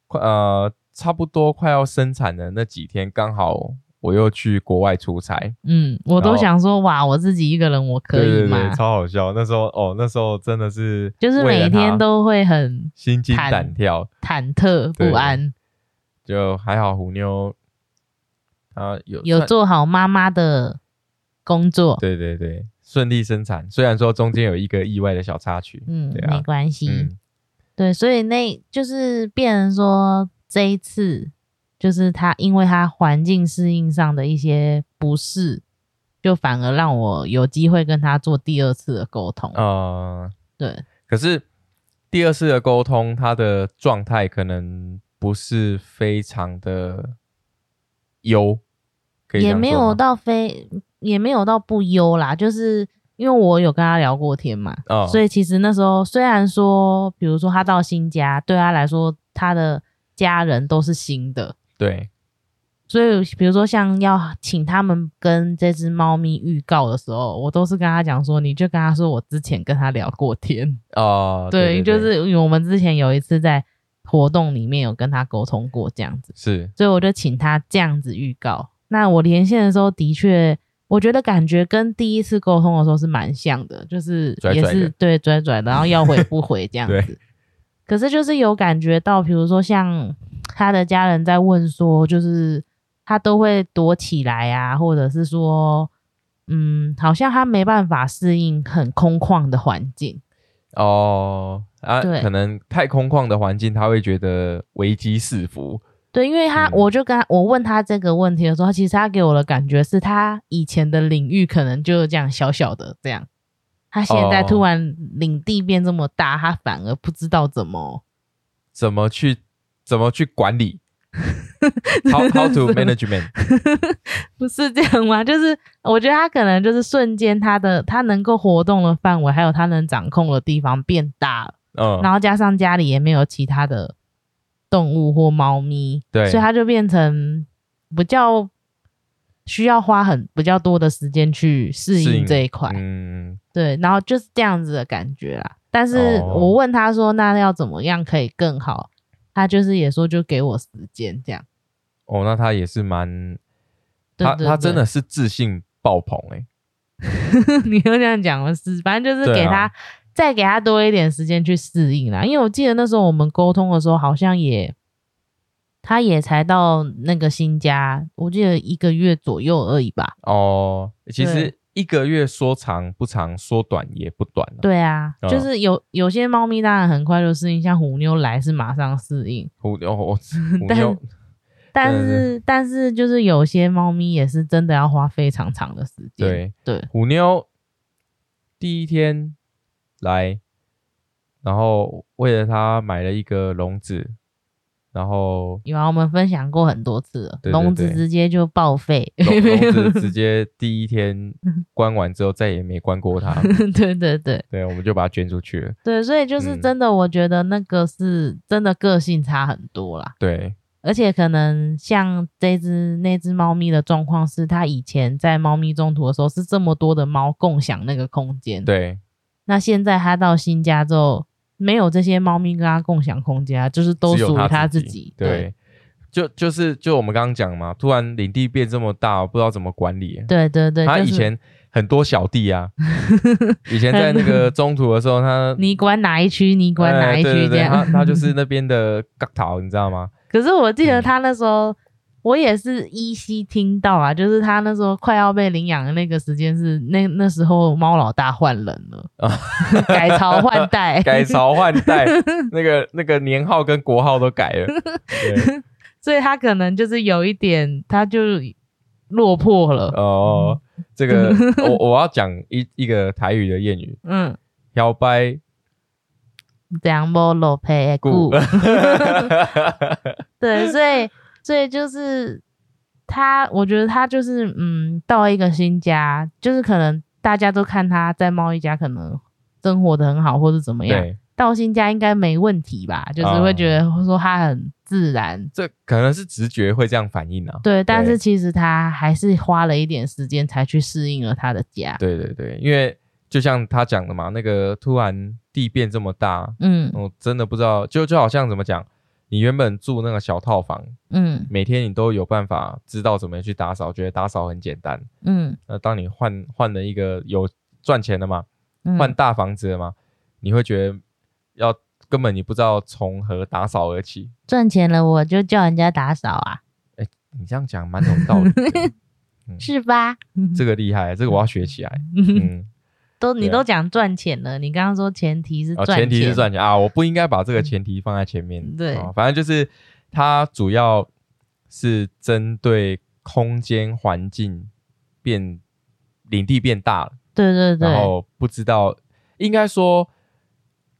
[SPEAKER 1] 快呃差不多快要生产的那几天，刚好我又去国外出差，
[SPEAKER 2] 嗯，我
[SPEAKER 1] 然
[SPEAKER 2] 都
[SPEAKER 1] 后
[SPEAKER 2] 想说，哇，我自己一个人我可以
[SPEAKER 1] 对对
[SPEAKER 2] 吗？
[SPEAKER 1] 对，超好笑。那时候哦，那时候真的是
[SPEAKER 2] 就是
[SPEAKER 1] 为了
[SPEAKER 2] 每天
[SPEAKER 1] 他
[SPEAKER 2] 都会很
[SPEAKER 1] 心惊
[SPEAKER 2] 忐
[SPEAKER 1] 胆跳。
[SPEAKER 2] 忐忑
[SPEAKER 1] 对
[SPEAKER 2] 不安，
[SPEAKER 1] 就还好，虎妞啊有
[SPEAKER 2] 有
[SPEAKER 1] 算
[SPEAKER 2] 做好妈妈的工作。
[SPEAKER 1] 对对对顺利生产，虽然说中间有一个意外的小插曲，
[SPEAKER 2] 嗯，
[SPEAKER 1] 对
[SPEAKER 2] 没
[SPEAKER 1] 啊，
[SPEAKER 2] 关系。
[SPEAKER 1] 嗯，
[SPEAKER 2] 对，所以那就是变成说这一次，就是他因为他环境适应上的一些不适，就反而让我有机会跟他做第二次的沟通。
[SPEAKER 1] 呃，
[SPEAKER 2] 对，
[SPEAKER 1] 可是第二次的沟通，他的状态可能不是非常的优，可以这
[SPEAKER 2] 也
[SPEAKER 1] 样
[SPEAKER 2] 没
[SPEAKER 1] 说
[SPEAKER 2] 有
[SPEAKER 1] 吗
[SPEAKER 2] 到非也没有到不优啦，就是因为我有跟他聊过天嘛，
[SPEAKER 1] 哦
[SPEAKER 2] 所以其实那时候虽然说，比如说他到新家，对他来说，他的家人都是新的，
[SPEAKER 1] 对
[SPEAKER 2] 所以，比如说像要请他们跟这只猫咪预告的时候，我都是跟他讲说，你就跟他说我之前跟他聊过天，
[SPEAKER 1] 哦，对，
[SPEAKER 2] 就
[SPEAKER 1] 对
[SPEAKER 2] 是因为我们之前有一次在活动里面有跟他沟通过这样子，
[SPEAKER 1] 是
[SPEAKER 2] 所以我就请他这样子预告。那我连线的时候，的确，我觉得感觉跟第一次沟通的时候是蛮像的，就是
[SPEAKER 1] 拽
[SPEAKER 2] 也
[SPEAKER 1] 拽
[SPEAKER 2] 是
[SPEAKER 1] 的
[SPEAKER 2] 对拽拽的，然后要回不回这样
[SPEAKER 1] [laughs] 对
[SPEAKER 2] 子。可是就是有感觉到，比如说像他的家人在问说，就是他都会躲起来啊，或者是说，嗯，好像他没办法适应很空旷的环境。
[SPEAKER 1] 哦啊，
[SPEAKER 2] 对
[SPEAKER 1] 可能太空旷的环境，他会觉得危机四伏，
[SPEAKER 2] 对，因为他，
[SPEAKER 1] 嗯
[SPEAKER 2] 我就跟他我问他这个问题的时候，其实他给我的感觉是他以前的领域可能就是这样小小的这样，他现在
[SPEAKER 1] 哦
[SPEAKER 2] 突然领地变这么大，他反而不知道怎么
[SPEAKER 1] 怎么去怎么去管
[SPEAKER 2] [laughs]
[SPEAKER 1] 理，how how to management。
[SPEAKER 2] 不是这样吗？就是我觉得他可能就是瞬间他的他能够活动的范围，还有他能掌控的地方变大了，
[SPEAKER 1] 嗯，
[SPEAKER 2] 然后加上家里也没有其他的动物或猫咪，
[SPEAKER 1] 对
[SPEAKER 2] 所以他就变成比较需要花很比较多的时间去适
[SPEAKER 1] 适
[SPEAKER 2] 应
[SPEAKER 1] 应
[SPEAKER 2] 这一块，
[SPEAKER 1] 嗯，
[SPEAKER 2] 对，然后就是这样子的感觉啦。但是
[SPEAKER 1] 哦
[SPEAKER 2] 我问他说，那要怎么样可以更好？他就是也说就给我时间这样， [laughs]
[SPEAKER 1] 哦，那他也是蛮，
[SPEAKER 2] 对
[SPEAKER 1] 他
[SPEAKER 2] 对
[SPEAKER 1] 他
[SPEAKER 2] 对
[SPEAKER 1] 真的是自信爆棚哎、
[SPEAKER 2] 你又这样讲了是，反正就是
[SPEAKER 1] 对
[SPEAKER 2] 给
[SPEAKER 1] 啊
[SPEAKER 2] 他、再给他多一点时间去适应啦。因为我记得那时候我们沟通的时候，好像也他也才到那个新家，我记得一个月左右而已吧。
[SPEAKER 1] 哦，其实
[SPEAKER 2] 对
[SPEAKER 1] 一个月说长不长，说短也不短、啊。，
[SPEAKER 2] 对啊，
[SPEAKER 1] 嗯
[SPEAKER 2] 就是有有些猫咪当然很快就适应，像虎妞来是马上适应，
[SPEAKER 1] 虎哦，
[SPEAKER 2] [laughs]
[SPEAKER 1] 我虎
[SPEAKER 2] 但
[SPEAKER 1] 妞
[SPEAKER 2] 但
[SPEAKER 1] 对对
[SPEAKER 2] 是但是就是有些猫咪也是真的要花非常长的时间。
[SPEAKER 1] 对
[SPEAKER 2] 对
[SPEAKER 1] 虎妞第一天来，然后为了他买了一个笼子，然后
[SPEAKER 2] 有啊，我们分享过很多次了，
[SPEAKER 1] 对对
[SPEAKER 2] 笼子
[SPEAKER 1] 对
[SPEAKER 2] 直接就报废。 [laughs]
[SPEAKER 1] 笼笼子直接第一天关完之后再也没关过
[SPEAKER 2] [laughs]
[SPEAKER 1] 它，
[SPEAKER 2] 对对对，
[SPEAKER 1] 对，我们就把它捐出去了。
[SPEAKER 2] 对，所以就是
[SPEAKER 1] 嗯
[SPEAKER 2] 真的，我觉得那个是真的个性差很多啦。
[SPEAKER 1] 对，
[SPEAKER 2] 而且可能像这只那只猫咪的状况是，它以前在猫咪中途的时候是这么多的猫共享那个空间，。
[SPEAKER 1] 对，
[SPEAKER 2] 那现在它到新家之后，没有这些猫咪跟它共享空间啊，就是都
[SPEAKER 1] 只有
[SPEAKER 2] 属于
[SPEAKER 1] 他
[SPEAKER 2] 它自
[SPEAKER 1] 己。
[SPEAKER 2] 对，
[SPEAKER 1] 对，就就是就我们刚刚讲嘛，突然领地变这么大，不知道怎么管理。
[SPEAKER 2] 对对对，
[SPEAKER 1] 他
[SPEAKER 2] 就
[SPEAKER 1] 以
[SPEAKER 2] 是
[SPEAKER 1] 前很多小弟
[SPEAKER 2] [laughs]
[SPEAKER 1] 啊，以前在那个中途的时候，他哎
[SPEAKER 2] 你管哪一区，你管哪一
[SPEAKER 1] 哎对
[SPEAKER 2] 区
[SPEAKER 1] 对
[SPEAKER 2] 这
[SPEAKER 1] 对，
[SPEAKER 2] 样。
[SPEAKER 1] 他他就是那边的嘎桃，你知道吗？
[SPEAKER 2] 可是我记
[SPEAKER 1] 嗯
[SPEAKER 2] 得他那时候，我也是依稀听到啊，就是他那时候快要被领养的那个时间是那那时候猫老大换人了，改朝换代，
[SPEAKER 1] 啊 [laughs] 改朝换
[SPEAKER 2] [laughs]
[SPEAKER 1] 代，那个那个年号跟国号都改了。对
[SPEAKER 2] 所以他可能就是有一点，他就落魄了。
[SPEAKER 1] 哦，这
[SPEAKER 2] [laughs]
[SPEAKER 1] 个我我要讲一一个台语的谚语：
[SPEAKER 2] 嗯，
[SPEAKER 1] 摇摆
[SPEAKER 2] 这样摸落配
[SPEAKER 1] 故
[SPEAKER 2] [laughs] 顾，。对，所以所以就是他，我觉得他就是嗯，到一个新家，就是可能大家都看他在猫一家可能生活的很好，或是怎么样。
[SPEAKER 1] 对，哦
[SPEAKER 2] 到新家应该没问题吧？就是会觉得说他很自然，
[SPEAKER 1] 这可能是直觉会这样反应啊。
[SPEAKER 2] 对。但是其实他还是花了一点时间才去适应了他的家。
[SPEAKER 1] 对对对，因为就像他讲的嘛，那个突然地变这么大，
[SPEAKER 2] 嗯
[SPEAKER 1] 我真的不知道，就就好像怎么讲，你原本住那个小套房，
[SPEAKER 2] 嗯
[SPEAKER 1] 每天你都有办法知道怎么去打扫，觉得打扫很简单。
[SPEAKER 2] 嗯
[SPEAKER 1] 那当你换换了一个有赚钱的嘛，
[SPEAKER 2] 嗯，
[SPEAKER 1] 换大房子了嘛，你会觉得要根本你不知道从何打扫而起。
[SPEAKER 2] 赚钱了我就叫人家打扫啊，
[SPEAKER 1] 你这样讲蛮有道理的，
[SPEAKER 2] 是吧？
[SPEAKER 1] 这个厉害，这个我要学起来。嗯，
[SPEAKER 2] 都你
[SPEAKER 1] 对啊
[SPEAKER 2] 都讲赚钱了，你刚刚说前提是
[SPEAKER 1] 啊，
[SPEAKER 2] 赚
[SPEAKER 1] 前
[SPEAKER 2] 钱，
[SPEAKER 1] 提是赚钱啊，我不应该把这个前提放在前面。
[SPEAKER 2] 嗯对
[SPEAKER 1] 啊反正就是它主要是针对空间环境变领地变大了，
[SPEAKER 2] 对对
[SPEAKER 1] 然
[SPEAKER 2] 对，
[SPEAKER 1] 后不知道，应该说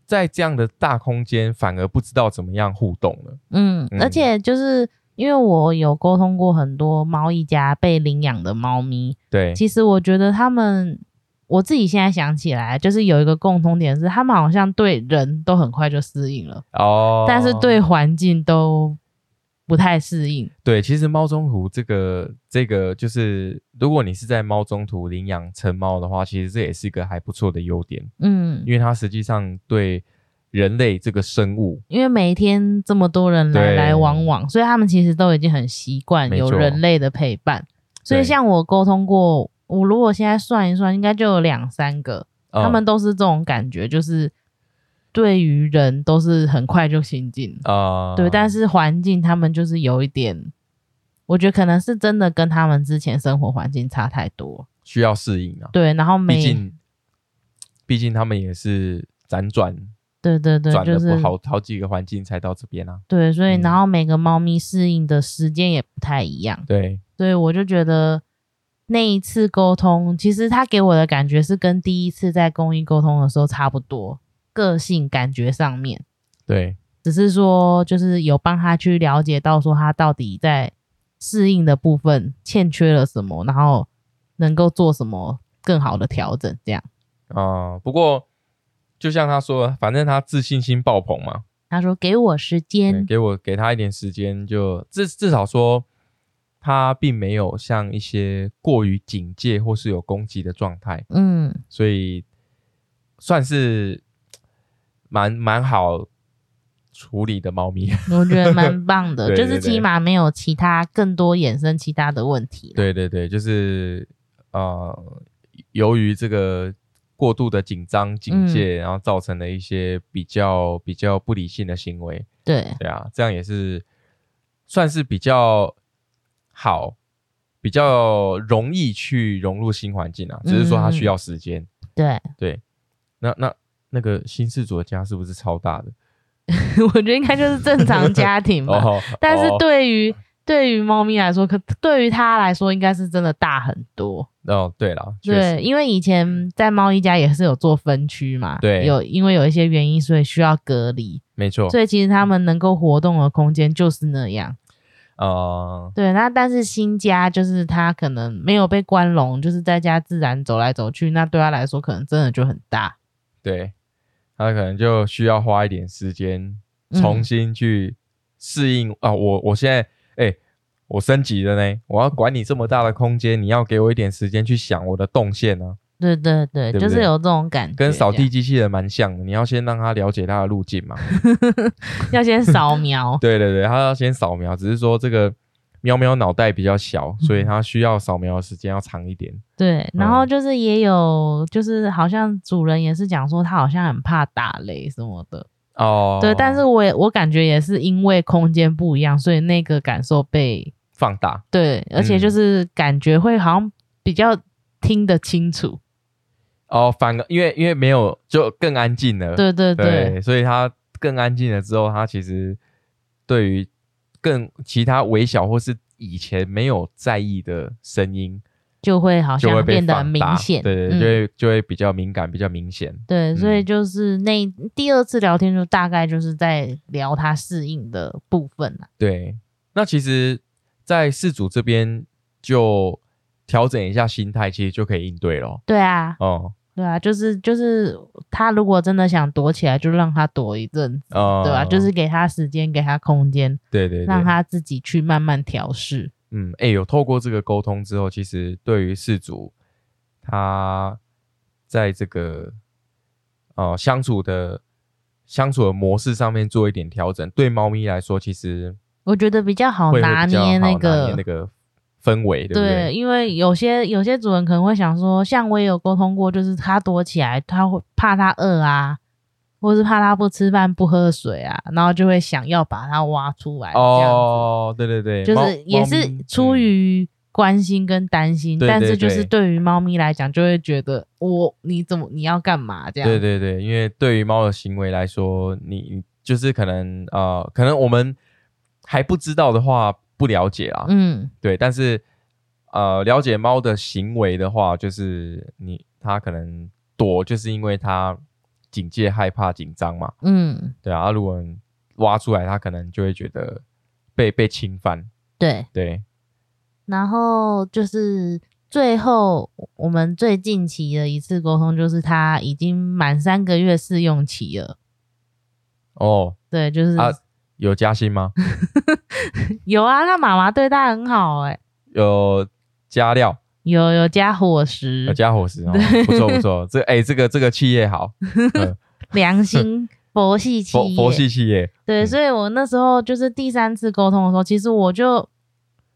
[SPEAKER 1] 在这样的大空间反而不知道怎么样互动了。
[SPEAKER 2] 嗯，
[SPEAKER 1] 嗯
[SPEAKER 2] 而且就是因为我有沟通过很多猫一家被领养的猫咪，
[SPEAKER 1] 对，
[SPEAKER 2] 其实我觉得他们，我自己现在想起来，就是有一个共通点是，他们好像对人都很快就适应了，
[SPEAKER 1] 哦，
[SPEAKER 2] 但是对环境都不太适应。
[SPEAKER 1] 对，其实猫中途这个这个就是，如果你是在猫中途领养成猫的话，其实这也是一个还不错的优点。
[SPEAKER 2] 嗯，
[SPEAKER 1] 因为它实际上对人类这个生物，
[SPEAKER 2] 因为每天这么多人来
[SPEAKER 1] 对
[SPEAKER 2] 来往往，所以他们其实都已经很习惯
[SPEAKER 1] 没
[SPEAKER 2] 有
[SPEAKER 1] 错
[SPEAKER 2] 人类的陪伴。所以
[SPEAKER 1] 对
[SPEAKER 2] 像我沟通过，我如果现在算一算，应该就有两三个，
[SPEAKER 1] 嗯
[SPEAKER 2] 他们都是这种感觉，就是对于人都是很快就亲近了。
[SPEAKER 1] 啊，
[SPEAKER 2] 对，但
[SPEAKER 1] 是
[SPEAKER 2] 是环境他们就是有一点，我觉得可能是真的跟他们之前生活环境差太多。
[SPEAKER 1] 需要适应啊，
[SPEAKER 2] 对，然后
[SPEAKER 1] 毕
[SPEAKER 2] 每
[SPEAKER 1] 竟毕竟他们也是辗转
[SPEAKER 2] 对对对，
[SPEAKER 1] 转
[SPEAKER 2] 就
[SPEAKER 1] 了
[SPEAKER 2] 是
[SPEAKER 1] 不好好几个环境才到这边啊，
[SPEAKER 2] 对，所以
[SPEAKER 1] 嗯
[SPEAKER 2] 然后每个猫咪适应的时间也不太一样，
[SPEAKER 1] 对，
[SPEAKER 2] 所以我就觉得那一次沟通，其实他给我的感觉是跟第一次在公益沟通的时候差不多，个性感觉上面，
[SPEAKER 1] 对
[SPEAKER 2] 只是说就是有帮他去了解到说他到底在适应的部分欠缺了什么，然后能够做什么更好的调整，这样。
[SPEAKER 1] 啊、不过就像他说的，反正他自信心爆棚嘛，
[SPEAKER 2] 他说：“给我时
[SPEAKER 1] 对
[SPEAKER 2] 间。
[SPEAKER 1] 给我给他一点时间就，至至少说。他并没有像一些过于警戒或是有攻击的状态，
[SPEAKER 2] 嗯
[SPEAKER 1] 所以算是蛮蛮好处理的猫咪。” [laughs]
[SPEAKER 2] 我觉得蛮棒的，
[SPEAKER 1] 对
[SPEAKER 2] 就
[SPEAKER 1] 对
[SPEAKER 2] 是
[SPEAKER 1] 对
[SPEAKER 2] 起码没有其他更多衍生其他的问题。，
[SPEAKER 1] 对对对，就是呃，由于这个过度的紧张警戒，然后造成了一些比较比较不理性的行为。
[SPEAKER 2] 对
[SPEAKER 1] 对啊，这样也是算是比较好。比较容易去融入新环境啊，只是说它需要时间。
[SPEAKER 2] 对，
[SPEAKER 1] 那那那个新事主的家是不是超大的？
[SPEAKER 2] [laughs] 我觉得应该就是正常家庭吧。
[SPEAKER 1] [laughs] 哦，
[SPEAKER 2] [laughs] 但是
[SPEAKER 1] 哦
[SPEAKER 2] 对于、对于猫咪来说，可对于它来说，应该是真的大很多。
[SPEAKER 1] 哦，对了，确实
[SPEAKER 2] 对，因为以前在猫一家也是有做分区嘛，
[SPEAKER 1] 对哦
[SPEAKER 2] 有因为有一些原因，所以需要隔离，
[SPEAKER 1] 没错，
[SPEAKER 2] 所以其实他们能够活动的空间就是那样。
[SPEAKER 1] 呃，
[SPEAKER 2] 对，那但是新家就是它可能没有被关笼，就是在家自然走来走去，那对它来说可能真的就很大。
[SPEAKER 1] 对，他可能就需要花一点时间
[SPEAKER 2] 嗯
[SPEAKER 1] 重新去适应啊、我我现在哎、我升级了呢，我要管你这么大的空间，你要给我一点时间去想我的动线呢、
[SPEAKER 2] 对对对，
[SPEAKER 1] 对不
[SPEAKER 2] 就是
[SPEAKER 1] 对
[SPEAKER 2] 有这种感觉，
[SPEAKER 1] 跟扫地机器人蛮像的，你要先让他了解他的路径嘛。，
[SPEAKER 2] 这样要先扫描
[SPEAKER 1] [laughs] 对对对，他要先扫描，只是说这个喵喵脑袋比较小，所
[SPEAKER 2] 嗯
[SPEAKER 1] 以它需要扫描的时间要长一点。
[SPEAKER 2] 对，然后就是也有，就是好像主人也是讲说他好像很怕打雷什么的，
[SPEAKER 1] 哦，
[SPEAKER 2] 对，但是我也我感觉也是因为空间不一样，所以那个感受被
[SPEAKER 1] 放大，
[SPEAKER 2] 对，而且
[SPEAKER 1] 嗯
[SPEAKER 2] 就是感觉会好像比较听得清楚，
[SPEAKER 1] 哦，反而因为因为没有就更安静了，
[SPEAKER 2] 对对对
[SPEAKER 1] 所以它更安静了之后，它其实对于更其他微小或是以前没有在意的声音，
[SPEAKER 2] 就会好
[SPEAKER 1] 就会
[SPEAKER 2] 像
[SPEAKER 1] 被
[SPEAKER 2] 变得很
[SPEAKER 1] 放
[SPEAKER 2] 明
[SPEAKER 1] 大
[SPEAKER 2] 显，
[SPEAKER 1] 对对，
[SPEAKER 2] 嗯
[SPEAKER 1] 就会就会比较敏感，比较明显。
[SPEAKER 2] 对，所以
[SPEAKER 1] 嗯
[SPEAKER 2] 就是那第二次聊天就大概就是在聊他适应的部分啊啦。
[SPEAKER 1] 对，那其实，在事主这边就调整一下心态，其实就可以应对了。
[SPEAKER 2] 对啊，
[SPEAKER 1] 哦、
[SPEAKER 2] 对啊，就是就是他如果真的想躲起来，就让他躲一阵子，
[SPEAKER 1] 哦，
[SPEAKER 2] 对吧、啊就是给他时间，给他空间，
[SPEAKER 1] 对对对，
[SPEAKER 2] 让他自己去慢慢调试。
[SPEAKER 1] 嗯，哎、有透过这个沟通之后，其实对于事主他在这个呃相处的相处的模式上面做一点调整，对猫咪来说，其实
[SPEAKER 2] 我觉得比较好
[SPEAKER 1] 会会
[SPEAKER 2] 哦拿
[SPEAKER 1] 比较
[SPEAKER 2] 捏
[SPEAKER 1] 好
[SPEAKER 2] 那
[SPEAKER 1] 拿
[SPEAKER 2] 个
[SPEAKER 1] 捏那个氛围，对不
[SPEAKER 2] 对，
[SPEAKER 1] 对？
[SPEAKER 2] 因为有些有些主人可能会想说，像我也有沟通过，就是他躲起来，他会怕他饿啊，或是怕他不吃饭不喝水啊，然后就会想要把他挖出来，
[SPEAKER 1] 哦，对对对，
[SPEAKER 2] 这样
[SPEAKER 1] 猫
[SPEAKER 2] 子，就是也
[SPEAKER 1] 猫
[SPEAKER 2] 是
[SPEAKER 1] 咪
[SPEAKER 2] 出
[SPEAKER 1] 嗯
[SPEAKER 2] 于关心跟担心，
[SPEAKER 1] 对
[SPEAKER 2] 但
[SPEAKER 1] 对
[SPEAKER 2] 是就是
[SPEAKER 1] 对
[SPEAKER 2] 对于猫咪来讲，就会觉得我你怎么你要干嘛这样，
[SPEAKER 1] 对对对，因为对于猫的行为来说，你你就是可能呃，可能我们还不知道的话，不了解啊，
[SPEAKER 2] 嗯，
[SPEAKER 1] 对，但是呃，了解猫的行为的话，就是你它可能躲，就是因为它警戒、害怕、紧张嘛，
[SPEAKER 2] 嗯
[SPEAKER 1] 对啊，啊如果你挖出来，它可能就会觉得被被侵犯，
[SPEAKER 2] 对，
[SPEAKER 1] 对，
[SPEAKER 2] 然后就是最后我们最近期的一次沟通，就是他已经满三个月试用期了。
[SPEAKER 1] 哦，
[SPEAKER 2] 对，就是、
[SPEAKER 1] 啊有加薪吗？
[SPEAKER 2] 有啊，他妈妈对他很好哎、
[SPEAKER 1] 有加料，
[SPEAKER 2] 有有加伙食
[SPEAKER 1] 有，加伙
[SPEAKER 2] [laughs]
[SPEAKER 1] 食哦，不错不错，这哎、这个这个企业好，嗯
[SPEAKER 2] 良心
[SPEAKER 1] [laughs]
[SPEAKER 2] 佛系企
[SPEAKER 1] 佛
[SPEAKER 2] 业，
[SPEAKER 1] 佛系企业。
[SPEAKER 2] 对，
[SPEAKER 1] 嗯
[SPEAKER 2] 所以我那时候就是第三次沟通的时候，其实我就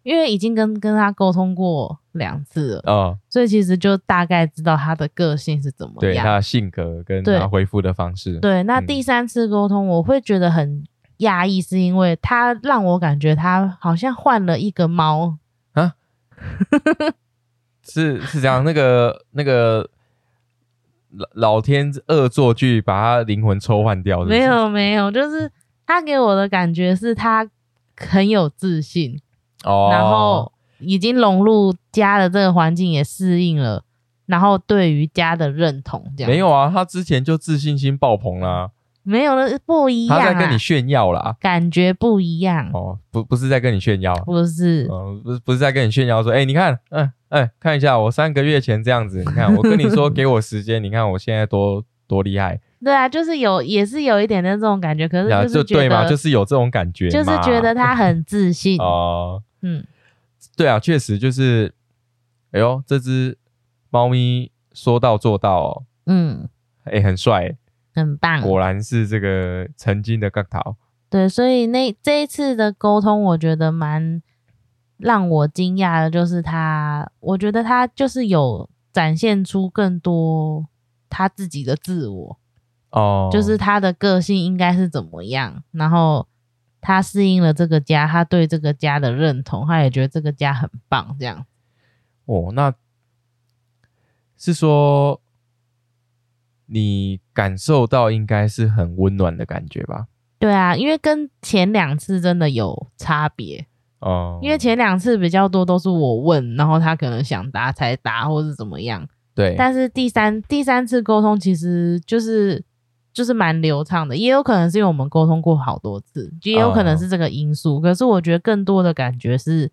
[SPEAKER 2] 因为已经跟跟他沟通过两次了，
[SPEAKER 1] 哦，
[SPEAKER 2] 所以其实就大概知道他的个性是怎么
[SPEAKER 1] 对
[SPEAKER 2] 样。
[SPEAKER 1] 他的性格跟
[SPEAKER 2] 对
[SPEAKER 1] 他回复的方式，
[SPEAKER 2] 对，那
[SPEAKER 1] 嗯
[SPEAKER 2] 第三次沟通，我会觉得很讶异，是因为他让我感觉他好像换了一个猫。
[SPEAKER 1] 是是这样。那个那个老老天恶作剧，把他灵魂抽换掉，是不是
[SPEAKER 2] 没，有 [laughs] 没有，就是他给我的感觉是他很有自信，
[SPEAKER 1] 哦，
[SPEAKER 2] 然后已经融入家的这个环境，也适应了，然后对于家的认同这样。
[SPEAKER 1] 没有啊，他之前就自信心爆棚啦，
[SPEAKER 2] 没有了，不一样、
[SPEAKER 1] 他
[SPEAKER 2] 啊，
[SPEAKER 1] 在跟你炫耀啦，
[SPEAKER 2] 感觉不一样，
[SPEAKER 1] 哦，不不是在跟你炫耀。
[SPEAKER 2] 不是？
[SPEAKER 1] 嗯，不是不是在跟你炫耀说，哎、你看，嗯、哎、看一下，我三个月前这样子，你看，我跟你
[SPEAKER 2] [laughs]
[SPEAKER 1] 说给我时间，你看我现在多多厉害，
[SPEAKER 2] 对啊，就是有，也是有一点的这种感觉，可是
[SPEAKER 1] 呀
[SPEAKER 2] 就是觉
[SPEAKER 1] 对嘛，
[SPEAKER 2] 得，
[SPEAKER 1] 就是有这种感觉嘛，
[SPEAKER 2] 就是觉
[SPEAKER 1] [laughs]
[SPEAKER 2] 得他很自信，
[SPEAKER 1] 哦，
[SPEAKER 2] 嗯。
[SPEAKER 1] 对啊，确实就是，哎呦，这只猫咪说到做到、哦，
[SPEAKER 2] 嗯，
[SPEAKER 1] 哎，很帅，
[SPEAKER 2] 很棒。
[SPEAKER 1] 果然是这个曾经的杠桃。
[SPEAKER 2] 对，所以那这一次的沟通，我觉得蛮让我惊讶的，就是他，我觉得他就是有展现出更多他自己的自我，
[SPEAKER 1] 哦，
[SPEAKER 2] 就是他的个性应该是怎么样，然后他适应了这个家，他对这个家的认同，他也觉得这个家很棒，这样。
[SPEAKER 1] 哦，那是说你感受到应该是很温暖的感觉吧？
[SPEAKER 2] 对啊，因为跟前两次真的有差别，
[SPEAKER 1] 哦，
[SPEAKER 2] 因为前两次比较多都是我问，然后他可能想答才答，或是怎么样。
[SPEAKER 1] 对，
[SPEAKER 2] 但是第三第三次沟通其实就是就是蛮流畅的，也有可能是因为我们沟通过好多次，也有可能是这个因
[SPEAKER 1] 哦
[SPEAKER 2] 素。可是我觉得更多的感觉是，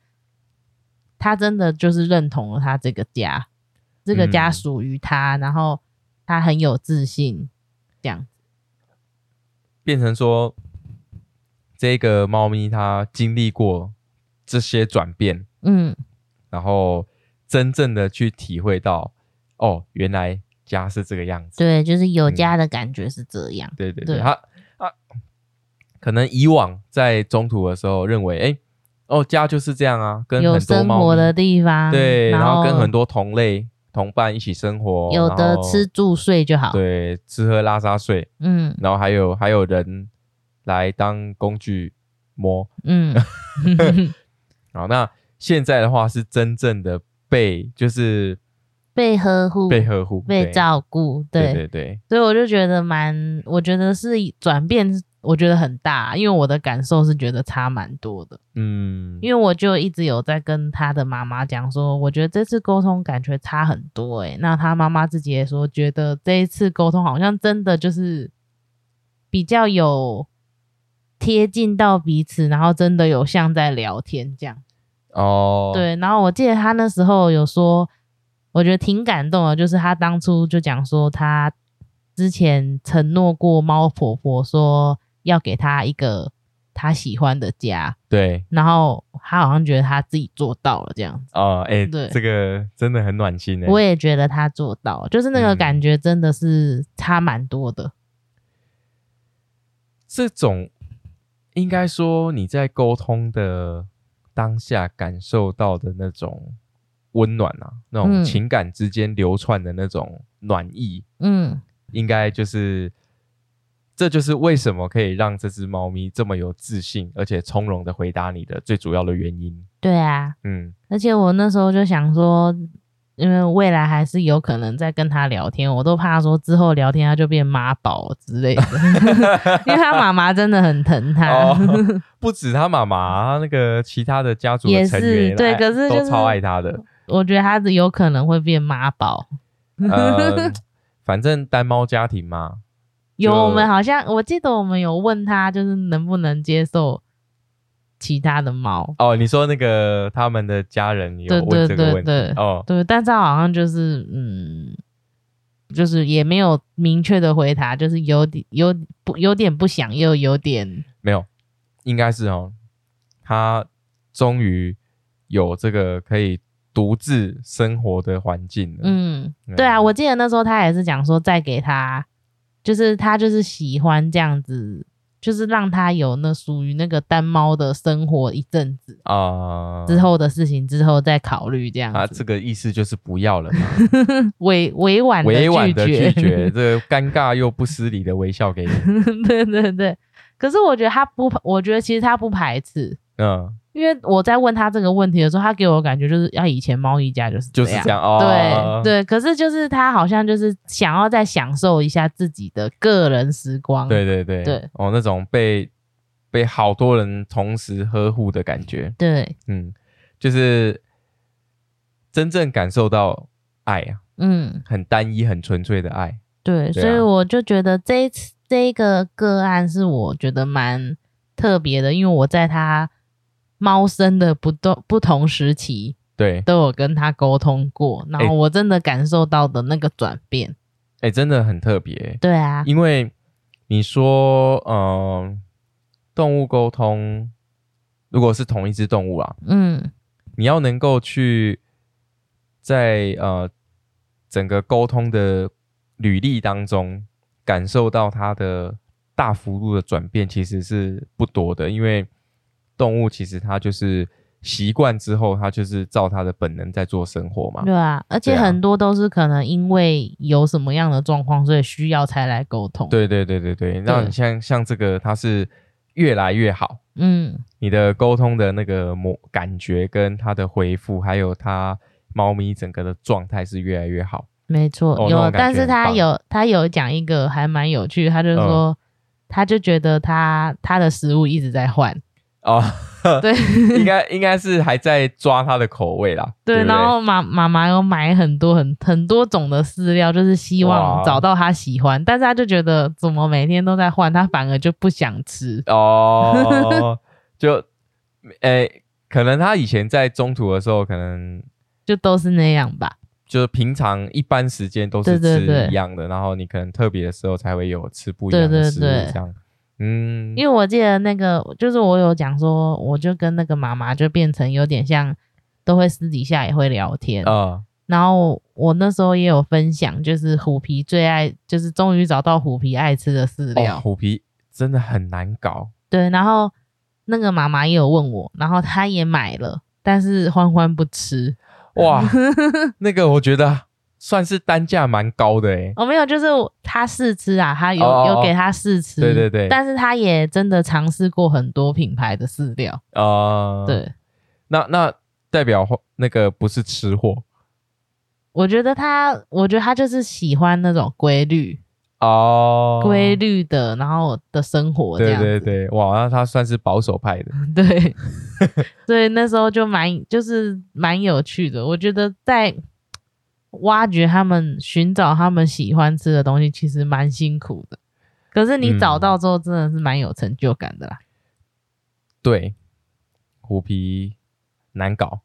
[SPEAKER 2] 他真的就是认同了他这个家，这个家
[SPEAKER 1] 嗯
[SPEAKER 2] 属于他，然后他很有自信，这样
[SPEAKER 1] 变成说这个猫咪它经历过这些转变，
[SPEAKER 2] 嗯
[SPEAKER 1] 然后真正的去体会到哦，原来家是这个样子。
[SPEAKER 2] 对，就是有家的感觉是这样。
[SPEAKER 1] 对对
[SPEAKER 2] 对
[SPEAKER 1] 对，他他可能以往在中途的时候认为，哎，哦，家就是这样啊，跟
[SPEAKER 2] 有
[SPEAKER 1] 很多
[SPEAKER 2] 生
[SPEAKER 1] 猫
[SPEAKER 2] 活
[SPEAKER 1] 咪
[SPEAKER 2] 的地方，
[SPEAKER 1] 对，
[SPEAKER 2] 然
[SPEAKER 1] 然后跟很多同类同伴一起生活，
[SPEAKER 2] 有的
[SPEAKER 1] 然后
[SPEAKER 2] 吃住睡就好。，
[SPEAKER 1] 对，吃喝拉撒睡，
[SPEAKER 2] 嗯
[SPEAKER 1] 然后还有还有人来当工具摸。 [laughs]
[SPEAKER 2] 嗯，
[SPEAKER 1] 好，那现在的话是真正的被就是
[SPEAKER 2] 被呵护，
[SPEAKER 1] 被呵护、
[SPEAKER 2] 被
[SPEAKER 1] 对
[SPEAKER 2] 照顾，
[SPEAKER 1] 对对对，
[SPEAKER 2] 所以我就觉得蛮，我觉得是转变，我觉得很大，啊因为我的感受是觉得差蛮多的，
[SPEAKER 1] 嗯，
[SPEAKER 2] 因为我就一直有在跟他的妈妈讲说，我觉得这次沟通感觉差很多、欸，那他妈妈自己也说，觉得这一次沟通好像真的就是比较有贴近到彼此，然后真的有像在聊天这样。
[SPEAKER 1] 哦，
[SPEAKER 2] 对，然后我记得他那时候有说，我觉得挺感动的，就是他当初就讲说他之前承诺过猫婆婆说要给他一个他喜欢的家，
[SPEAKER 1] 对
[SPEAKER 2] 然后他好像觉得他自己做到了这样子。
[SPEAKER 1] 哦，哎、
[SPEAKER 2] 对
[SPEAKER 1] 这个真的很暖心哎、
[SPEAKER 2] 我也觉得他做到了，就是那个
[SPEAKER 1] 嗯
[SPEAKER 2] 感觉真的是差蛮多的。
[SPEAKER 1] 这种应该说你在沟通的当下感受到的那种温暖啊，那种
[SPEAKER 2] 嗯
[SPEAKER 1] 情感之间流窜的那种暖意，
[SPEAKER 2] 嗯
[SPEAKER 1] 应该就是这就是为什么可以让这只猫咪这么有自信而且从容的回答你的最主要的原因。
[SPEAKER 2] 对啊，
[SPEAKER 1] 嗯，
[SPEAKER 2] 而且我那时候就想说，因为未来还是有可能再跟他聊天，我都怕说之后聊天他就变妈宝
[SPEAKER 1] [laughs]
[SPEAKER 2] 之类的，因为他妈妈真的很疼他。
[SPEAKER 1] 哦， [laughs] 不止他妈妈，那个其他的家族的
[SPEAKER 2] 也
[SPEAKER 1] 成
[SPEAKER 2] 是
[SPEAKER 1] 员
[SPEAKER 2] 对
[SPEAKER 1] 哎
[SPEAKER 2] 可是就
[SPEAKER 1] 都
[SPEAKER 2] 是
[SPEAKER 1] 超爱他的。
[SPEAKER 2] 我觉得他有可能会变妈宝。
[SPEAKER 1] 呃，反正单猫家庭嘛，
[SPEAKER 2] [laughs] 有
[SPEAKER 1] 就
[SPEAKER 2] 我们好像我记得我们有问他，就是能不能接受其他的猫，
[SPEAKER 1] 哦，你说那个他们的家人有
[SPEAKER 2] 对
[SPEAKER 1] 问这个
[SPEAKER 2] 对
[SPEAKER 1] 问题
[SPEAKER 2] 对
[SPEAKER 1] 哦，
[SPEAKER 2] 对，但是他好像就是嗯。就是也没有明确的回答，就是有点有不有点不想，又有点
[SPEAKER 1] 没有，应该是哦，他终于有这个可以独自生活的环境了。
[SPEAKER 2] 嗯，对啊，
[SPEAKER 1] 嗯
[SPEAKER 2] 我记得那时候他也是讲说，再给他，就是他就是喜欢这样子，就是让他有那属于那个单猫的生活一阵子，
[SPEAKER 1] 啊、
[SPEAKER 2] 之后的事情之后再考虑这样
[SPEAKER 1] 啊，
[SPEAKER 2] 子，
[SPEAKER 1] 这个意思就是不要了嘛，
[SPEAKER 2] 委委婉
[SPEAKER 1] 委婉的
[SPEAKER 2] 的
[SPEAKER 1] 拒绝，
[SPEAKER 2] 绝，
[SPEAKER 1] 这个尴尬又不失礼的微笑给你。
[SPEAKER 2] [laughs] 对对对。可是我觉得他不，我觉得其实他不排斥，
[SPEAKER 1] 嗯，
[SPEAKER 2] 因为我在问他这个问题的时候，他给我的感觉就是，要以前猫一家就是
[SPEAKER 1] 就是这样哦
[SPEAKER 2] 对。对，可是就是他好像就是想要再享受一下自己的个人时光，
[SPEAKER 1] 对对对
[SPEAKER 2] 对
[SPEAKER 1] 哦，那种被被好多人同时呵护的感觉，
[SPEAKER 2] 对，
[SPEAKER 1] 嗯，就是真正感受到爱啊，
[SPEAKER 2] 嗯，
[SPEAKER 1] 很单一、很纯粹的爱。
[SPEAKER 2] 对，
[SPEAKER 1] 对
[SPEAKER 2] 所以
[SPEAKER 1] 啊
[SPEAKER 2] 我就觉得这一次这一个个案是我觉得蛮特别的，因为我在他猫生的不同不同时期
[SPEAKER 1] 对，
[SPEAKER 2] 都有跟他沟通过，然后
[SPEAKER 1] 哎
[SPEAKER 2] 我真的感受到的那个转变，
[SPEAKER 1] 哎、真的很特别，
[SPEAKER 2] 对啊，
[SPEAKER 1] 因为你说，嗯、动物沟通，如果是同一只动物啊，
[SPEAKER 2] 嗯
[SPEAKER 1] 你要能够去在呃整个沟通的履历当中感受到它的大幅度的转变，其实是不多的，因为动物其实它就是习惯之后，它就是照它的本能在做生活嘛。
[SPEAKER 2] 对啊，而且
[SPEAKER 1] 对啊
[SPEAKER 2] 很多都是可能因为有什么样的状况，所以需要才来沟通，，
[SPEAKER 1] 对对对对对，那你像像这个，它是越来越好，
[SPEAKER 2] 嗯
[SPEAKER 1] 你的沟通的那个模感觉跟它的回复，还有它猫咪整个的状态是越来越好。
[SPEAKER 2] 没错，
[SPEAKER 1] 哦那
[SPEAKER 2] 有，
[SPEAKER 1] 种感
[SPEAKER 2] 但
[SPEAKER 1] 觉
[SPEAKER 2] 是
[SPEAKER 1] 很
[SPEAKER 2] 他
[SPEAKER 1] 棒
[SPEAKER 2] 有他有讲一个还蛮有趣，他就
[SPEAKER 1] 嗯
[SPEAKER 2] 说、他就觉得他他的食物一直在换。
[SPEAKER 1] 哦，
[SPEAKER 2] [laughs] 对
[SPEAKER 1] 应该应该是还在抓它的口味啦。
[SPEAKER 2] 对，
[SPEAKER 1] 对不对，
[SPEAKER 2] 然后妈妈妈有买很多很很多种的饲料，就是希望
[SPEAKER 1] 哇
[SPEAKER 2] 找到他喜欢，但是他就觉得怎么每天都在换，他反而就不想吃。 [laughs]
[SPEAKER 1] 哦，就诶，可能它以前在中途的时候，可能
[SPEAKER 2] 就都是那样吧，
[SPEAKER 1] 就是平常一般时间都是
[SPEAKER 2] 对
[SPEAKER 1] 吃
[SPEAKER 2] 对对
[SPEAKER 1] 一样的，然后你可能特别的时候才会有吃不一样
[SPEAKER 2] 对
[SPEAKER 1] 的
[SPEAKER 2] 对
[SPEAKER 1] 食物
[SPEAKER 2] 对
[SPEAKER 1] 这样。嗯，
[SPEAKER 2] 因为我记得那个，就是我有讲说，我就跟那个妈妈就变成有点像，都会私底下也会聊天，
[SPEAKER 1] 啊
[SPEAKER 2] 然后我那时候也有分享，就是虎皮最爱，就是终于找到虎皮爱吃的饲料。
[SPEAKER 1] 哦，虎皮真的很难搞，
[SPEAKER 2] 对，然后那个妈妈也有问我，然后她也买了，但是欢欢不吃。 [laughs]
[SPEAKER 1] 哇，那个我觉得算是单价蛮高的欸诶。
[SPEAKER 2] 哦，没有，就是她试吃啊，她有、
[SPEAKER 1] 哦哦哦
[SPEAKER 2] 有给她试吃，
[SPEAKER 1] 对对对
[SPEAKER 2] 但是她也真的尝试过很多品牌的饲料，
[SPEAKER 1] 呃，，
[SPEAKER 2] 对。
[SPEAKER 1] 那那代表那个不是吃货
[SPEAKER 2] 我觉得她，我觉得她就是喜欢那种规律、
[SPEAKER 1] 哦，
[SPEAKER 2] 规律的，然后的生活这
[SPEAKER 1] 对
[SPEAKER 2] 样
[SPEAKER 1] 对
[SPEAKER 2] 子。
[SPEAKER 1] 对，哇，那他算是保守派的，
[SPEAKER 2] [laughs] 对，所以那时候就蛮就是蛮有趣的。我觉得在挖掘他们、寻找他们喜欢吃的东西，其实蛮辛苦的。可是你
[SPEAKER 1] 嗯
[SPEAKER 2] 找到之后，真的是蛮有成就感的啦。
[SPEAKER 1] 对，虎皮难搞，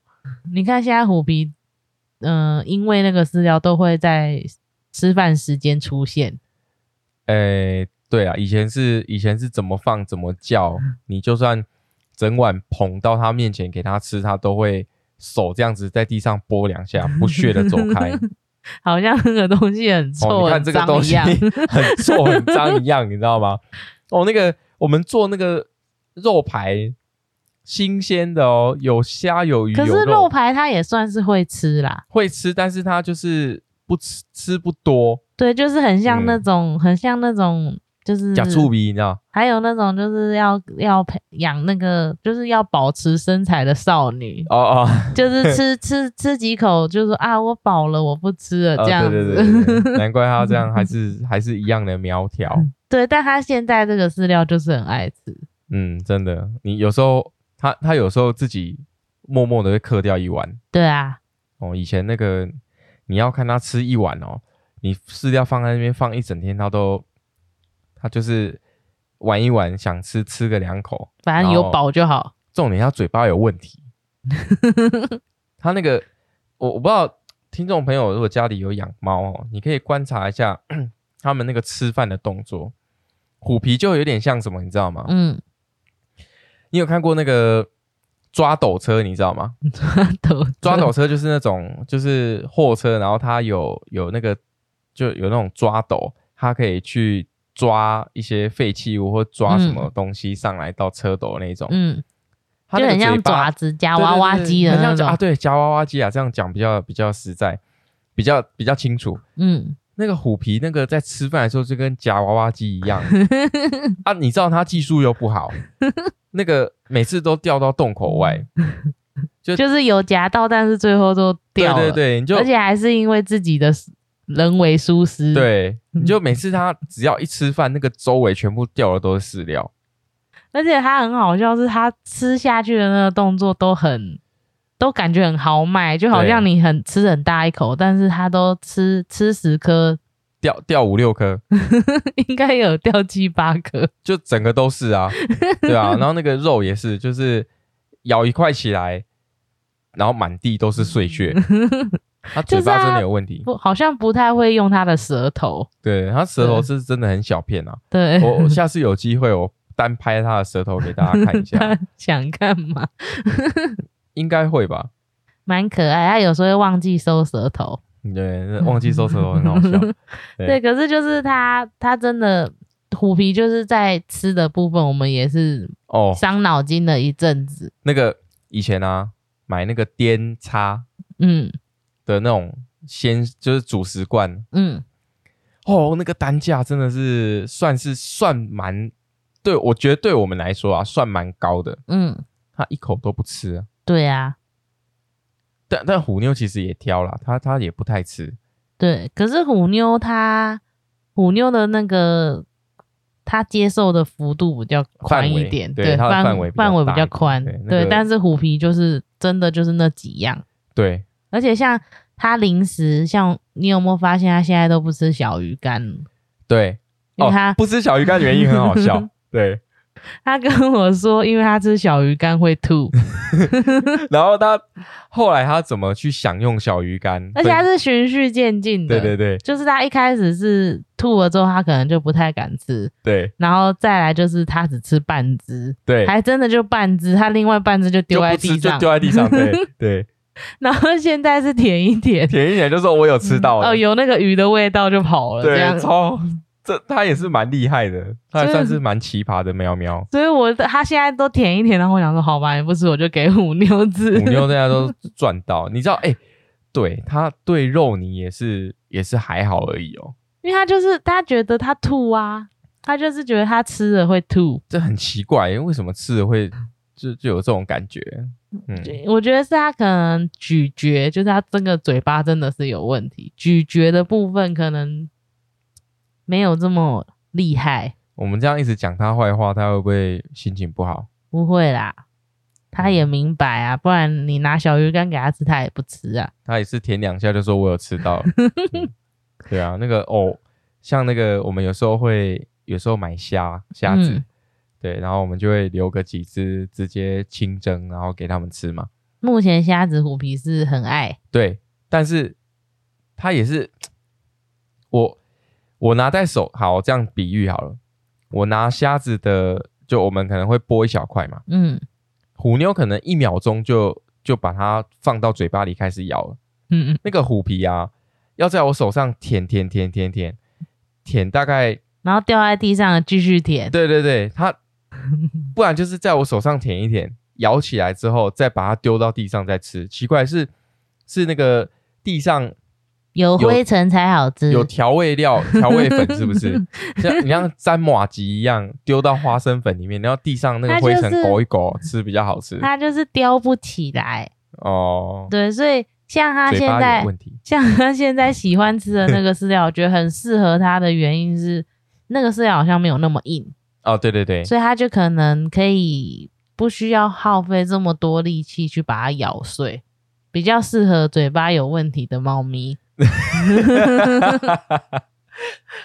[SPEAKER 2] 你看现在虎皮，嗯、因为那个饲料都会在吃饭时间出现，
[SPEAKER 1] 诶，对啊，以前是以前是怎么放怎么叫，你就算整碗捧到他面前给他吃，他都会手这样子在地上拨两下，不屑的走
[SPEAKER 2] [laughs]
[SPEAKER 1] 开。
[SPEAKER 2] 好像那个东西很
[SPEAKER 1] 哦，
[SPEAKER 2] 臭、
[SPEAKER 1] 你看
[SPEAKER 2] 很
[SPEAKER 1] 这个
[SPEAKER 2] 脏
[SPEAKER 1] 东
[SPEAKER 2] 一
[SPEAKER 1] 西
[SPEAKER 2] 样。
[SPEAKER 1] [laughs] 很臭很脏一样，你知道吗？哦，那个我们做那个肉排，新鲜的哦，有虾有鱼有
[SPEAKER 2] 可是
[SPEAKER 1] 肉
[SPEAKER 2] 肉排它也算是会吃啦，
[SPEAKER 1] 会吃，但是它就是不吃吃不多，
[SPEAKER 2] 对，就是很像那
[SPEAKER 1] 嗯
[SPEAKER 2] 种，很像那种，就是
[SPEAKER 1] 假醋鼻，你知道？
[SPEAKER 2] 还有那种就是要要培养那个就是要保持身材的少女，
[SPEAKER 1] 哦哦，
[SPEAKER 2] 就是
[SPEAKER 1] [laughs]
[SPEAKER 2] 吃吃吃几口就说啊我饱了我不吃了
[SPEAKER 1] 哦
[SPEAKER 2] 这样子。
[SPEAKER 1] 对对对对对，难怪他这样还是还是一样的苗条。
[SPEAKER 2] [laughs] 对但她现在这个饲料就是很爱吃，
[SPEAKER 1] 嗯，真的，你有时候他他有时候自己默默的会嗑掉一碗
[SPEAKER 2] 对啊，
[SPEAKER 1] 哦。以前那个你要看他吃一碗哦，你饲料放在那边放一整天，他都他就是玩一玩，想吃吃个两口，
[SPEAKER 2] 反正
[SPEAKER 1] 哦
[SPEAKER 2] 有饱就好。
[SPEAKER 1] 重点他嘴巴有问题。他那个我我不知道，听众朋友如果家里有养猫哦，你可以观察一下 [clears throat] 他们那个吃饭的动作。虎皮就有点像什么，你知道吗？
[SPEAKER 2] 嗯， [laughs]
[SPEAKER 1] 你有看过那个抓斗车，你知道吗？
[SPEAKER 2] 嗯头
[SPEAKER 1] 抓斗车就是那种就是货车，然后它有有那个就有那种抓斗，它可以去抓一些废弃物或抓什么东西上来到车斗那种。
[SPEAKER 2] 嗯，
[SPEAKER 1] 它
[SPEAKER 2] 就
[SPEAKER 1] 那个
[SPEAKER 2] 很像
[SPEAKER 1] 嘴巴
[SPEAKER 2] 爪子夹娃娃机的
[SPEAKER 1] 对对对
[SPEAKER 2] 那
[SPEAKER 1] 很像夹
[SPEAKER 2] 种
[SPEAKER 1] 啊，。对，夹娃娃机啊，这样讲比较比较实在，比较比较清楚。
[SPEAKER 2] 嗯，
[SPEAKER 1] 那个虎皮那个在吃饭的时候就跟夹娃娃机一
[SPEAKER 2] [laughs]
[SPEAKER 1] 样啊，你知道他技术又不好，那个每次都掉到洞口
[SPEAKER 2] 嗯
[SPEAKER 1] 外，
[SPEAKER 2] 就是有夹到，但是最后都
[SPEAKER 1] 对
[SPEAKER 2] 掉了。
[SPEAKER 1] 对对，你就
[SPEAKER 2] 而且还是因为自己的人为疏失。。
[SPEAKER 1] 对，
[SPEAKER 2] 嗯
[SPEAKER 1] 你就每次他只要一吃饭，那个周围全部掉的都是饲料，
[SPEAKER 2] 而且他很好笑，是他吃下去的那个动作都很，都感觉很豪迈，就好像你很吃很大一口，但是他都吃吃十颗， [laughs]
[SPEAKER 1] 掉掉五六颗，
[SPEAKER 2] 应该有掉七八颗。
[SPEAKER 1] 就整个都是
[SPEAKER 2] [laughs]
[SPEAKER 1] 啊，对啊，然后那个肉也是，就是咬一块起来，然后满地都是碎屑，
[SPEAKER 2] [laughs]
[SPEAKER 1] 他嘴
[SPEAKER 2] 就是
[SPEAKER 1] 巴
[SPEAKER 2] 啊
[SPEAKER 1] 真的有问题，
[SPEAKER 2] 不，好像不太会用他的舌头。
[SPEAKER 1] 对他舌头是真的很小片
[SPEAKER 2] [laughs]
[SPEAKER 1] 啊，
[SPEAKER 2] 对，
[SPEAKER 1] 我我下次有机会我单拍他的舌头给大家看一下
[SPEAKER 2] [laughs] 他，想干嘛？
[SPEAKER 1] 应该会吧？
[SPEAKER 2] 蛮可爱，他有时候会忘记收舌头。
[SPEAKER 1] 对，那忘记收舌头很好
[SPEAKER 2] [laughs]
[SPEAKER 1] 笑，对
[SPEAKER 2] 对，可是就是他，他真的虎皮就是在吃的部分，我们也是
[SPEAKER 1] 哦，
[SPEAKER 2] 伤脑筋了一阵子。
[SPEAKER 1] 那个以前啊买那个颠叉
[SPEAKER 2] 嗯
[SPEAKER 1] 的那种鲜就是主食罐，
[SPEAKER 2] 嗯，
[SPEAKER 1] 哦，那个单价真的是算是算蛮，对我觉得对我们来说啊，算蛮高的。
[SPEAKER 2] 嗯，
[SPEAKER 1] 他一口都不吃、啊，
[SPEAKER 2] 对啊，
[SPEAKER 1] 但但虎妞其实也挑啦，他他也不太吃。
[SPEAKER 2] 对。可是虎妞她虎妞的那个她接受的幅度比较宽一点，
[SPEAKER 1] 范围对
[SPEAKER 2] 对，
[SPEAKER 1] 它的范
[SPEAKER 2] 范
[SPEAKER 1] 围比较
[SPEAKER 2] 范围比
[SPEAKER 1] 大一
[SPEAKER 2] 较
[SPEAKER 1] 点
[SPEAKER 2] 宽，
[SPEAKER 1] 对那
[SPEAKER 2] 对。
[SPEAKER 1] 个
[SPEAKER 2] 但是虎皮就是真的就是那几样，
[SPEAKER 1] 对，
[SPEAKER 2] 而且像她零食，像你有没有发现她现在都不吃小鱼干？
[SPEAKER 1] 对，
[SPEAKER 2] 因
[SPEAKER 1] 哦
[SPEAKER 2] 为他，
[SPEAKER 1] 不吃小鱼干的原因很好
[SPEAKER 2] [laughs]
[SPEAKER 1] 笑。对，
[SPEAKER 2] 她跟我说，因为她吃小鱼干会
[SPEAKER 1] [laughs]
[SPEAKER 2] 吐，
[SPEAKER 1] 然后他后来他怎么去享用小鱼干？
[SPEAKER 2] 而且她
[SPEAKER 1] 分
[SPEAKER 2] 是循序渐进的，
[SPEAKER 1] 对对对
[SPEAKER 2] 就是她一开始是吐了之后，她可能就不太敢吃，
[SPEAKER 1] 对
[SPEAKER 2] 然后再来就是她只吃半只，
[SPEAKER 1] 对，
[SPEAKER 2] 还真的就半只，他另外半只就丢
[SPEAKER 1] 就
[SPEAKER 2] 在
[SPEAKER 1] 不
[SPEAKER 2] 地
[SPEAKER 1] 吃就
[SPEAKER 2] 上。
[SPEAKER 1] 丢在地上。对对，
[SPEAKER 2] [laughs] 然后现在是舔一舔，
[SPEAKER 1] 舔一舔就说我有吃到了，
[SPEAKER 2] 哦，有那个鱼的味道就跑了，这样
[SPEAKER 1] 对，。超这他也是蛮厉害的，他也
[SPEAKER 2] 真的
[SPEAKER 1] 算
[SPEAKER 2] 是
[SPEAKER 1] 是蛮奇葩的喵喵。
[SPEAKER 2] 所以我他现在都舔一舔，然后我想说，好吧，你不吃我就给五牛子。
[SPEAKER 1] 母
[SPEAKER 2] [laughs]
[SPEAKER 1] 妞大家都赚到，你知道？哎、对他对肉泥也是也是还好而已哦，
[SPEAKER 2] 因为他就是他觉得他吐啊，他就是觉得他吃了会吐。
[SPEAKER 1] 这很奇怪，为什么吃了会就就有这种感觉？嗯，
[SPEAKER 2] 我觉得是他可能咀嚼，就是他这个嘴巴真的是有问题，咀嚼的部分可能没有这么厉害。
[SPEAKER 1] 我们这样一直讲他坏话，他会不会心情不好？
[SPEAKER 2] 不会啦，
[SPEAKER 1] 嗯
[SPEAKER 2] 他也明白啊，不然你拿小鱼干给他吃，他也不吃啊。
[SPEAKER 1] 他也是舔两下就说我有吃到了。嗯对啊，那个哦，像那个我们有时候会有时候买虾虾子，
[SPEAKER 2] 嗯
[SPEAKER 1] 对，然后我们就会留个几只直接清蒸，然后给他们吃嘛。
[SPEAKER 2] 目前虾子虎皮是很爱，
[SPEAKER 1] 对，但是它也是我我拿在手，好这样比喻好了，我拿虾子的，就我们可能会剥一小块嘛，
[SPEAKER 2] 嗯
[SPEAKER 1] 虎妞可能一秒钟就就把它放到嘴巴里开始咬了。
[SPEAKER 2] 嗯嗯，
[SPEAKER 1] 那个虎皮啊，要在我手上舔舔舔舔舔舔，大概
[SPEAKER 2] 然后掉在地上继续舔，
[SPEAKER 1] 对对对，它不然就是在我手上舔一舔，咬起来之后再把它丢到地上再吃。奇怪是是那个地上
[SPEAKER 2] 有灰尘才好吃。
[SPEAKER 1] 有调味
[SPEAKER 2] [laughs]
[SPEAKER 1] 料、调味粉是不是？像你像沾马吉一样丢到花生粉里面，然后地上那个
[SPEAKER 2] 它
[SPEAKER 1] 灰尘
[SPEAKER 2] 就是
[SPEAKER 1] 勾一勾，吃比较好吃
[SPEAKER 2] 它就是叼不起来，
[SPEAKER 1] 哦。
[SPEAKER 2] 对，所以像他
[SPEAKER 1] 嘴
[SPEAKER 2] 现
[SPEAKER 1] 巴
[SPEAKER 2] 在
[SPEAKER 1] 有问题，
[SPEAKER 2] 像他现在喜欢吃的那个饲料，我觉得很适合他的原因是，那个饲料好像没有那么硬，
[SPEAKER 1] 哦，对对对，
[SPEAKER 2] 所以他就可能可以不需要耗费这么多力气去把它咬碎，比较适合嘴巴有问题的猫咪。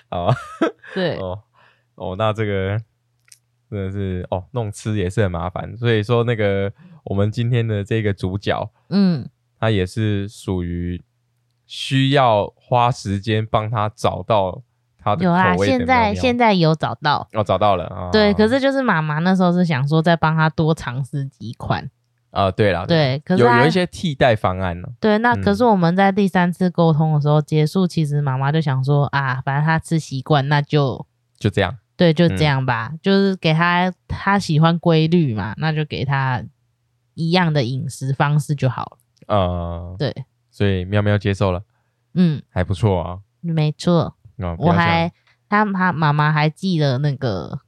[SPEAKER 1] 好。
[SPEAKER 2] 对，
[SPEAKER 1] [laughs] 哦哦，那这个真的是哦，弄吃也是很麻烦。所以说，那个我们今天的这个主角，
[SPEAKER 2] 嗯，
[SPEAKER 1] 他也是属于需要花时间帮他找到他的
[SPEAKER 2] 有啊，
[SPEAKER 1] 口味的
[SPEAKER 2] 现在现
[SPEAKER 1] 在
[SPEAKER 2] 在有找到。
[SPEAKER 1] 哦找到了啊，
[SPEAKER 2] 对，可是就是妈妈那时候是想说再帮他多尝试几款，
[SPEAKER 1] 啊、对了，
[SPEAKER 2] 对，可是
[SPEAKER 1] 有
[SPEAKER 2] 他
[SPEAKER 1] 有一些替代方案呢、
[SPEAKER 2] 对，那
[SPEAKER 1] 嗯
[SPEAKER 2] 可是我们在第三次沟通的时候结束，其实妈妈就想说啊，反正他吃习惯，那就
[SPEAKER 1] 就这样。
[SPEAKER 2] 对，就这样吧，就是给他他喜欢规律嘛，那就给他一样的饮食方式就好了。
[SPEAKER 1] 呃，
[SPEAKER 2] 对，
[SPEAKER 1] 所以喵喵接受了，
[SPEAKER 2] 嗯，
[SPEAKER 1] 还不错啊。
[SPEAKER 2] 没错，
[SPEAKER 1] 啊、不
[SPEAKER 2] 我
[SPEAKER 1] 要像
[SPEAKER 2] 还他他妈妈还寄了那个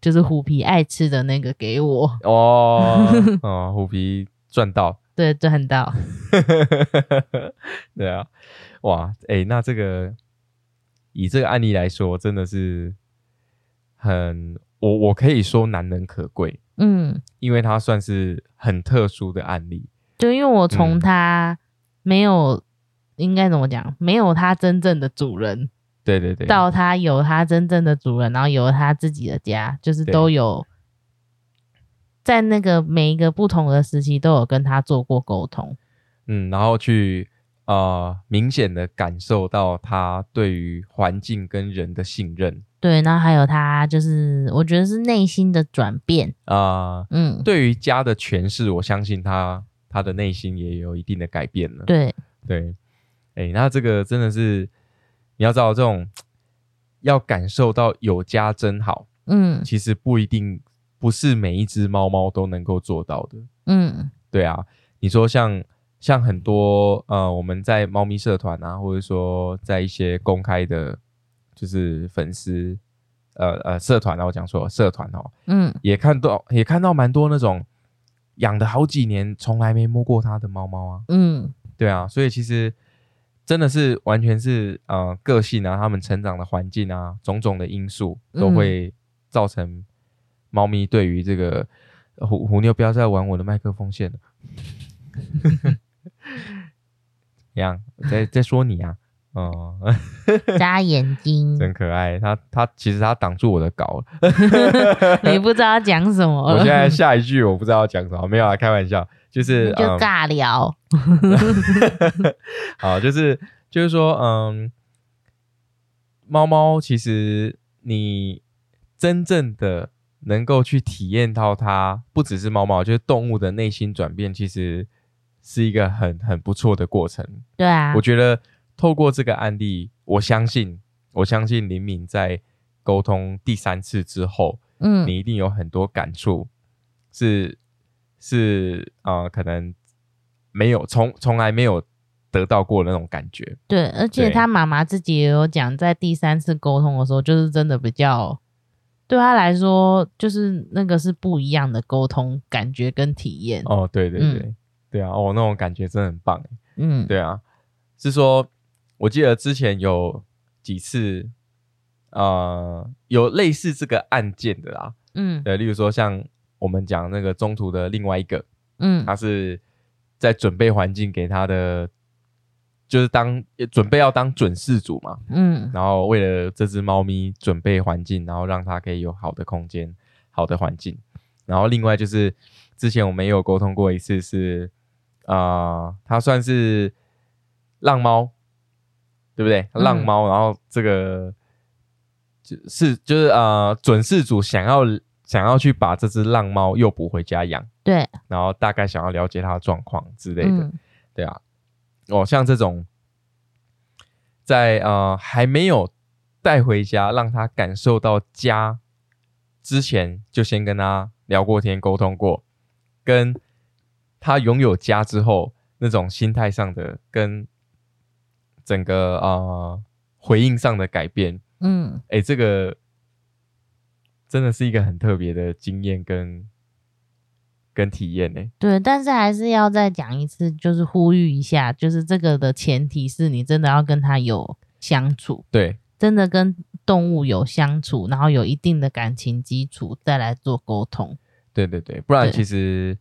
[SPEAKER 2] 就是虎皮爱吃的那个给我，
[SPEAKER 1] 哦哦，虎皮赚到。 [laughs]
[SPEAKER 2] 对，赚到，
[SPEAKER 1] 对啊，哇，哎、那这个以这个案例来说，真的是很我我可以说难能可贵，
[SPEAKER 2] 嗯，
[SPEAKER 1] 因为它算是很特殊的案例。
[SPEAKER 2] 就因为我从
[SPEAKER 1] 嗯
[SPEAKER 2] 他没有、应该怎么讲，没有他真正的主人。
[SPEAKER 1] 对对对，
[SPEAKER 2] 到它有它真正的主人，然后有它自己的家，就是
[SPEAKER 1] 对
[SPEAKER 2] 都有在那个每一个不同的时期都有跟它做过沟通。
[SPEAKER 1] 嗯，然后去呃明显的感受到它对于环境跟人的信任
[SPEAKER 2] 对，然后还有它就是我觉得是内心的转变，
[SPEAKER 1] 啊、
[SPEAKER 2] 嗯，
[SPEAKER 1] 对于家的诠释，我相信他他的内心也有一定的改变了。
[SPEAKER 2] 对，
[SPEAKER 1] 对，哎、那这个真的是你要知道，这种要感受到有家真好，
[SPEAKER 2] 嗯
[SPEAKER 1] 其实不一定不是每一只猫猫都能够做到的。
[SPEAKER 2] 嗯
[SPEAKER 1] 对啊，你说像像很多呃，我们在猫咪社团啊，或者说在一些公开的，就是粉丝呃呃社团啊，我讲错了社团哦，
[SPEAKER 2] 嗯，
[SPEAKER 1] 也看到也看到蛮多那种养的好几年从来没摸过它的猫猫啊。
[SPEAKER 2] 嗯，
[SPEAKER 1] 对啊，所以其实真的是完全是呃个性啊，他们成长的环境啊，种种的因素都
[SPEAKER 2] 嗯
[SPEAKER 1] 会造成猫咪对于这个呃虎虎妞不要再玩我的麦克风线了。 [laughs] 怎样？在在说你啊？哦、 [laughs]
[SPEAKER 2] 眨眼睛，
[SPEAKER 1] 真可爱。它它其实它挡住我的稿了，
[SPEAKER 2] 你不知道讲什么
[SPEAKER 1] 我现在
[SPEAKER 2] 了，
[SPEAKER 1] 下一句我不知道要讲什么，没有啊，开玩笑，就是
[SPEAKER 2] 你 [laughs] 就
[SPEAKER 1] 嗯
[SPEAKER 2] 尬聊，
[SPEAKER 1] 好，就是就是说，嗯，猫猫其实你真正的能够去体验到它，不只是猫猫，就是动物的内心转变，其实是一个很很不错的过程。
[SPEAKER 2] 对啊
[SPEAKER 1] 我，觉得透过这个案例，我相信，我相信林敏在沟通第三次之后，
[SPEAKER 2] 嗯，
[SPEAKER 1] 你一定有很多感触，是是啊、呃可能没有从从来没有得到过的那种感觉。
[SPEAKER 2] 对，而且
[SPEAKER 1] 对
[SPEAKER 2] 他妈妈自己也有讲，在第三次沟通的时候，就是真的比较对他来说，就是那个是不一样的沟通感觉跟体验。
[SPEAKER 1] 哦，对对
[SPEAKER 2] 嗯
[SPEAKER 1] 对，对啊，哦，那种感觉真的很棒。欸
[SPEAKER 2] 嗯，
[SPEAKER 1] 对啊，是说我记得之前有几次，呃，有类似这个案件的啦，
[SPEAKER 2] 嗯
[SPEAKER 1] 对，例如说像我们讲那个中途的另外一个，
[SPEAKER 2] 嗯
[SPEAKER 1] 他是在准备环境给他的，就是当准备要当准事主嘛，
[SPEAKER 2] 嗯
[SPEAKER 1] 然后为了这只猫咪准备环境，然后让它可以有好的空间、好的环境。然后另外就是之前我们也有沟通过一次是，呃，它算是浪猫，对不对？
[SPEAKER 2] 嗯
[SPEAKER 1] 浪猫，然后这个就是就是呃，准事主想要想要去把这只浪猫诱捕回家养，
[SPEAKER 2] 对
[SPEAKER 1] 然后大概想要了解它的状况之类的。
[SPEAKER 2] 嗯
[SPEAKER 1] 对啊，哦，像这种在呃还没有带回家，让他感受到家之前，就先跟他聊过天、沟通过，跟他拥有家之后那种心态上的跟整个呃回应上的改变，
[SPEAKER 2] 嗯，
[SPEAKER 1] 哎，这个真的是一个很特别的经验跟跟体验呢。
[SPEAKER 2] 对，但是还是要再讲一次，就是呼吁一下，就是这个的前提是你真的要跟他有相处，
[SPEAKER 1] 对，
[SPEAKER 2] 真的跟动物有相处，然后有一定的感情基础，再来做沟通。
[SPEAKER 1] 对对对，不然
[SPEAKER 2] 对
[SPEAKER 1] 其实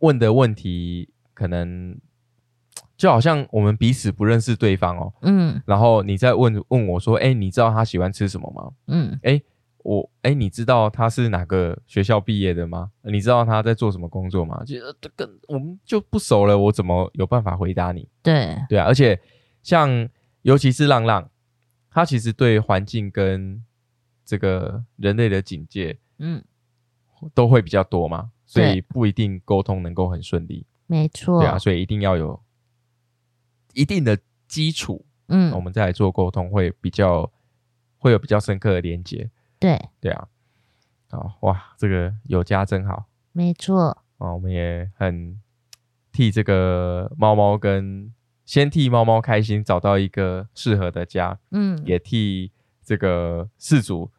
[SPEAKER 1] 问的问题可能就好像我们彼此不认识对方哦，
[SPEAKER 2] 嗯
[SPEAKER 1] 然后你再问问我说，哎，你知道他喜欢吃什么吗？
[SPEAKER 2] 嗯
[SPEAKER 1] 我哎，你知道他是哪个学校毕业的吗？你知道他在做什么工作吗？就呃这个我们就不熟了，我怎么有办法回答你？
[SPEAKER 2] 对，
[SPEAKER 1] 对啊，而且像尤其是浪浪，他其实对环境跟这个人类的警戒
[SPEAKER 2] 嗯，
[SPEAKER 1] 都会比较多嘛，所
[SPEAKER 2] 对嗯
[SPEAKER 1] 以不一定沟通能够很顺利。
[SPEAKER 2] 没错。
[SPEAKER 1] 对啊，所以一定要有一定的基础，我
[SPEAKER 2] 嗯，
[SPEAKER 1] 们再来做沟通会比较会有比较深刻的连接。
[SPEAKER 2] 对，
[SPEAKER 1] 对啊，好哇，这个有家真好
[SPEAKER 2] 没错。
[SPEAKER 1] 啊，我们也很替这个猫猫跟先替猫猫开心，找到一个适合的家，
[SPEAKER 2] 嗯，
[SPEAKER 1] 也替这个饲主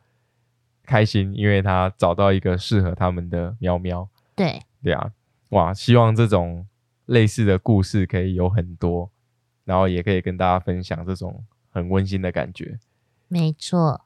[SPEAKER 1] 开心，因为他找到一个适合他们的喵喵。
[SPEAKER 2] 对，
[SPEAKER 1] 对啊，哇，希望这种类似的故事可以有很多，然后也可以跟大家分享这种很温馨的感觉。
[SPEAKER 2] 没错。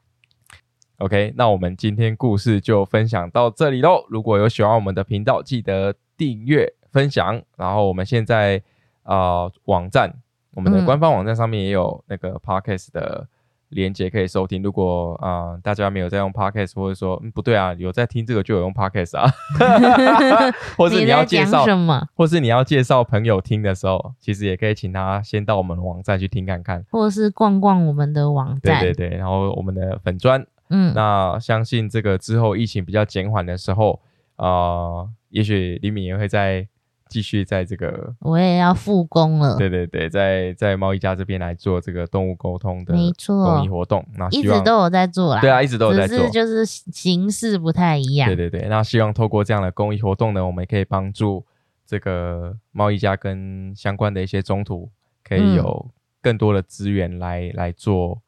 [SPEAKER 1] OK，那我们今天故事就分享到这里喽。如果有喜欢我们的频道，记得订阅、分享。然后我们现在啊网站，我们的
[SPEAKER 2] 嗯
[SPEAKER 1] 官方网站上面也有那个 Podcast 的连接可以收听。如果啊、呃大家没有在用 Podcast，或者说、嗯、不对啊，有在听这个就有用 Podcast 啊， [laughs] 或是你要
[SPEAKER 2] 在
[SPEAKER 1] 介
[SPEAKER 2] 讲
[SPEAKER 1] 绍
[SPEAKER 2] 什么，
[SPEAKER 1] 或是你要介绍朋友听的时候，其实也可以请他先到我们的网站去听看看。
[SPEAKER 2] 或是逛逛我们的网
[SPEAKER 1] 对
[SPEAKER 2] 站。
[SPEAKER 1] 对对，然后我们的粉砖，
[SPEAKER 2] 嗯，
[SPEAKER 1] 那相信这个之后疫情比较减缓的时候，呃，也许李敏也会再继续在这个，
[SPEAKER 2] 我也要复工了。
[SPEAKER 1] 对对对，在在猫一家这边来做这个动物沟通的
[SPEAKER 2] 没错
[SPEAKER 1] 公益活动。那
[SPEAKER 2] 一
[SPEAKER 1] 希
[SPEAKER 2] 直
[SPEAKER 1] 望
[SPEAKER 2] 都有在做啦。
[SPEAKER 1] 对啊，一直都有在
[SPEAKER 2] 只
[SPEAKER 1] 做
[SPEAKER 2] 是。就是形式不太一样
[SPEAKER 1] 对。对对，那希望透过这样的公益活动呢，我们也可以帮助这个贸易家跟相关的一些中途，可以
[SPEAKER 2] 嗯
[SPEAKER 1] 有更多的资源来来做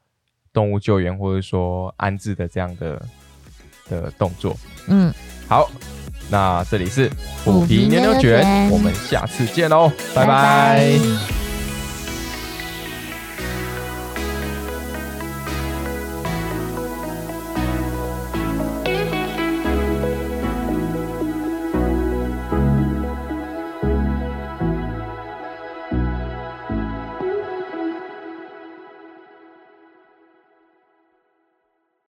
[SPEAKER 1] 动物救援或者说安置的这样的的动作。
[SPEAKER 2] 嗯，
[SPEAKER 1] 好，那这里是
[SPEAKER 2] 虎皮
[SPEAKER 1] 牛
[SPEAKER 2] 牛
[SPEAKER 1] 牛
[SPEAKER 2] 牛
[SPEAKER 1] 卷，
[SPEAKER 2] 卷
[SPEAKER 1] 我们下次见喽，拜拜
[SPEAKER 2] 拜拜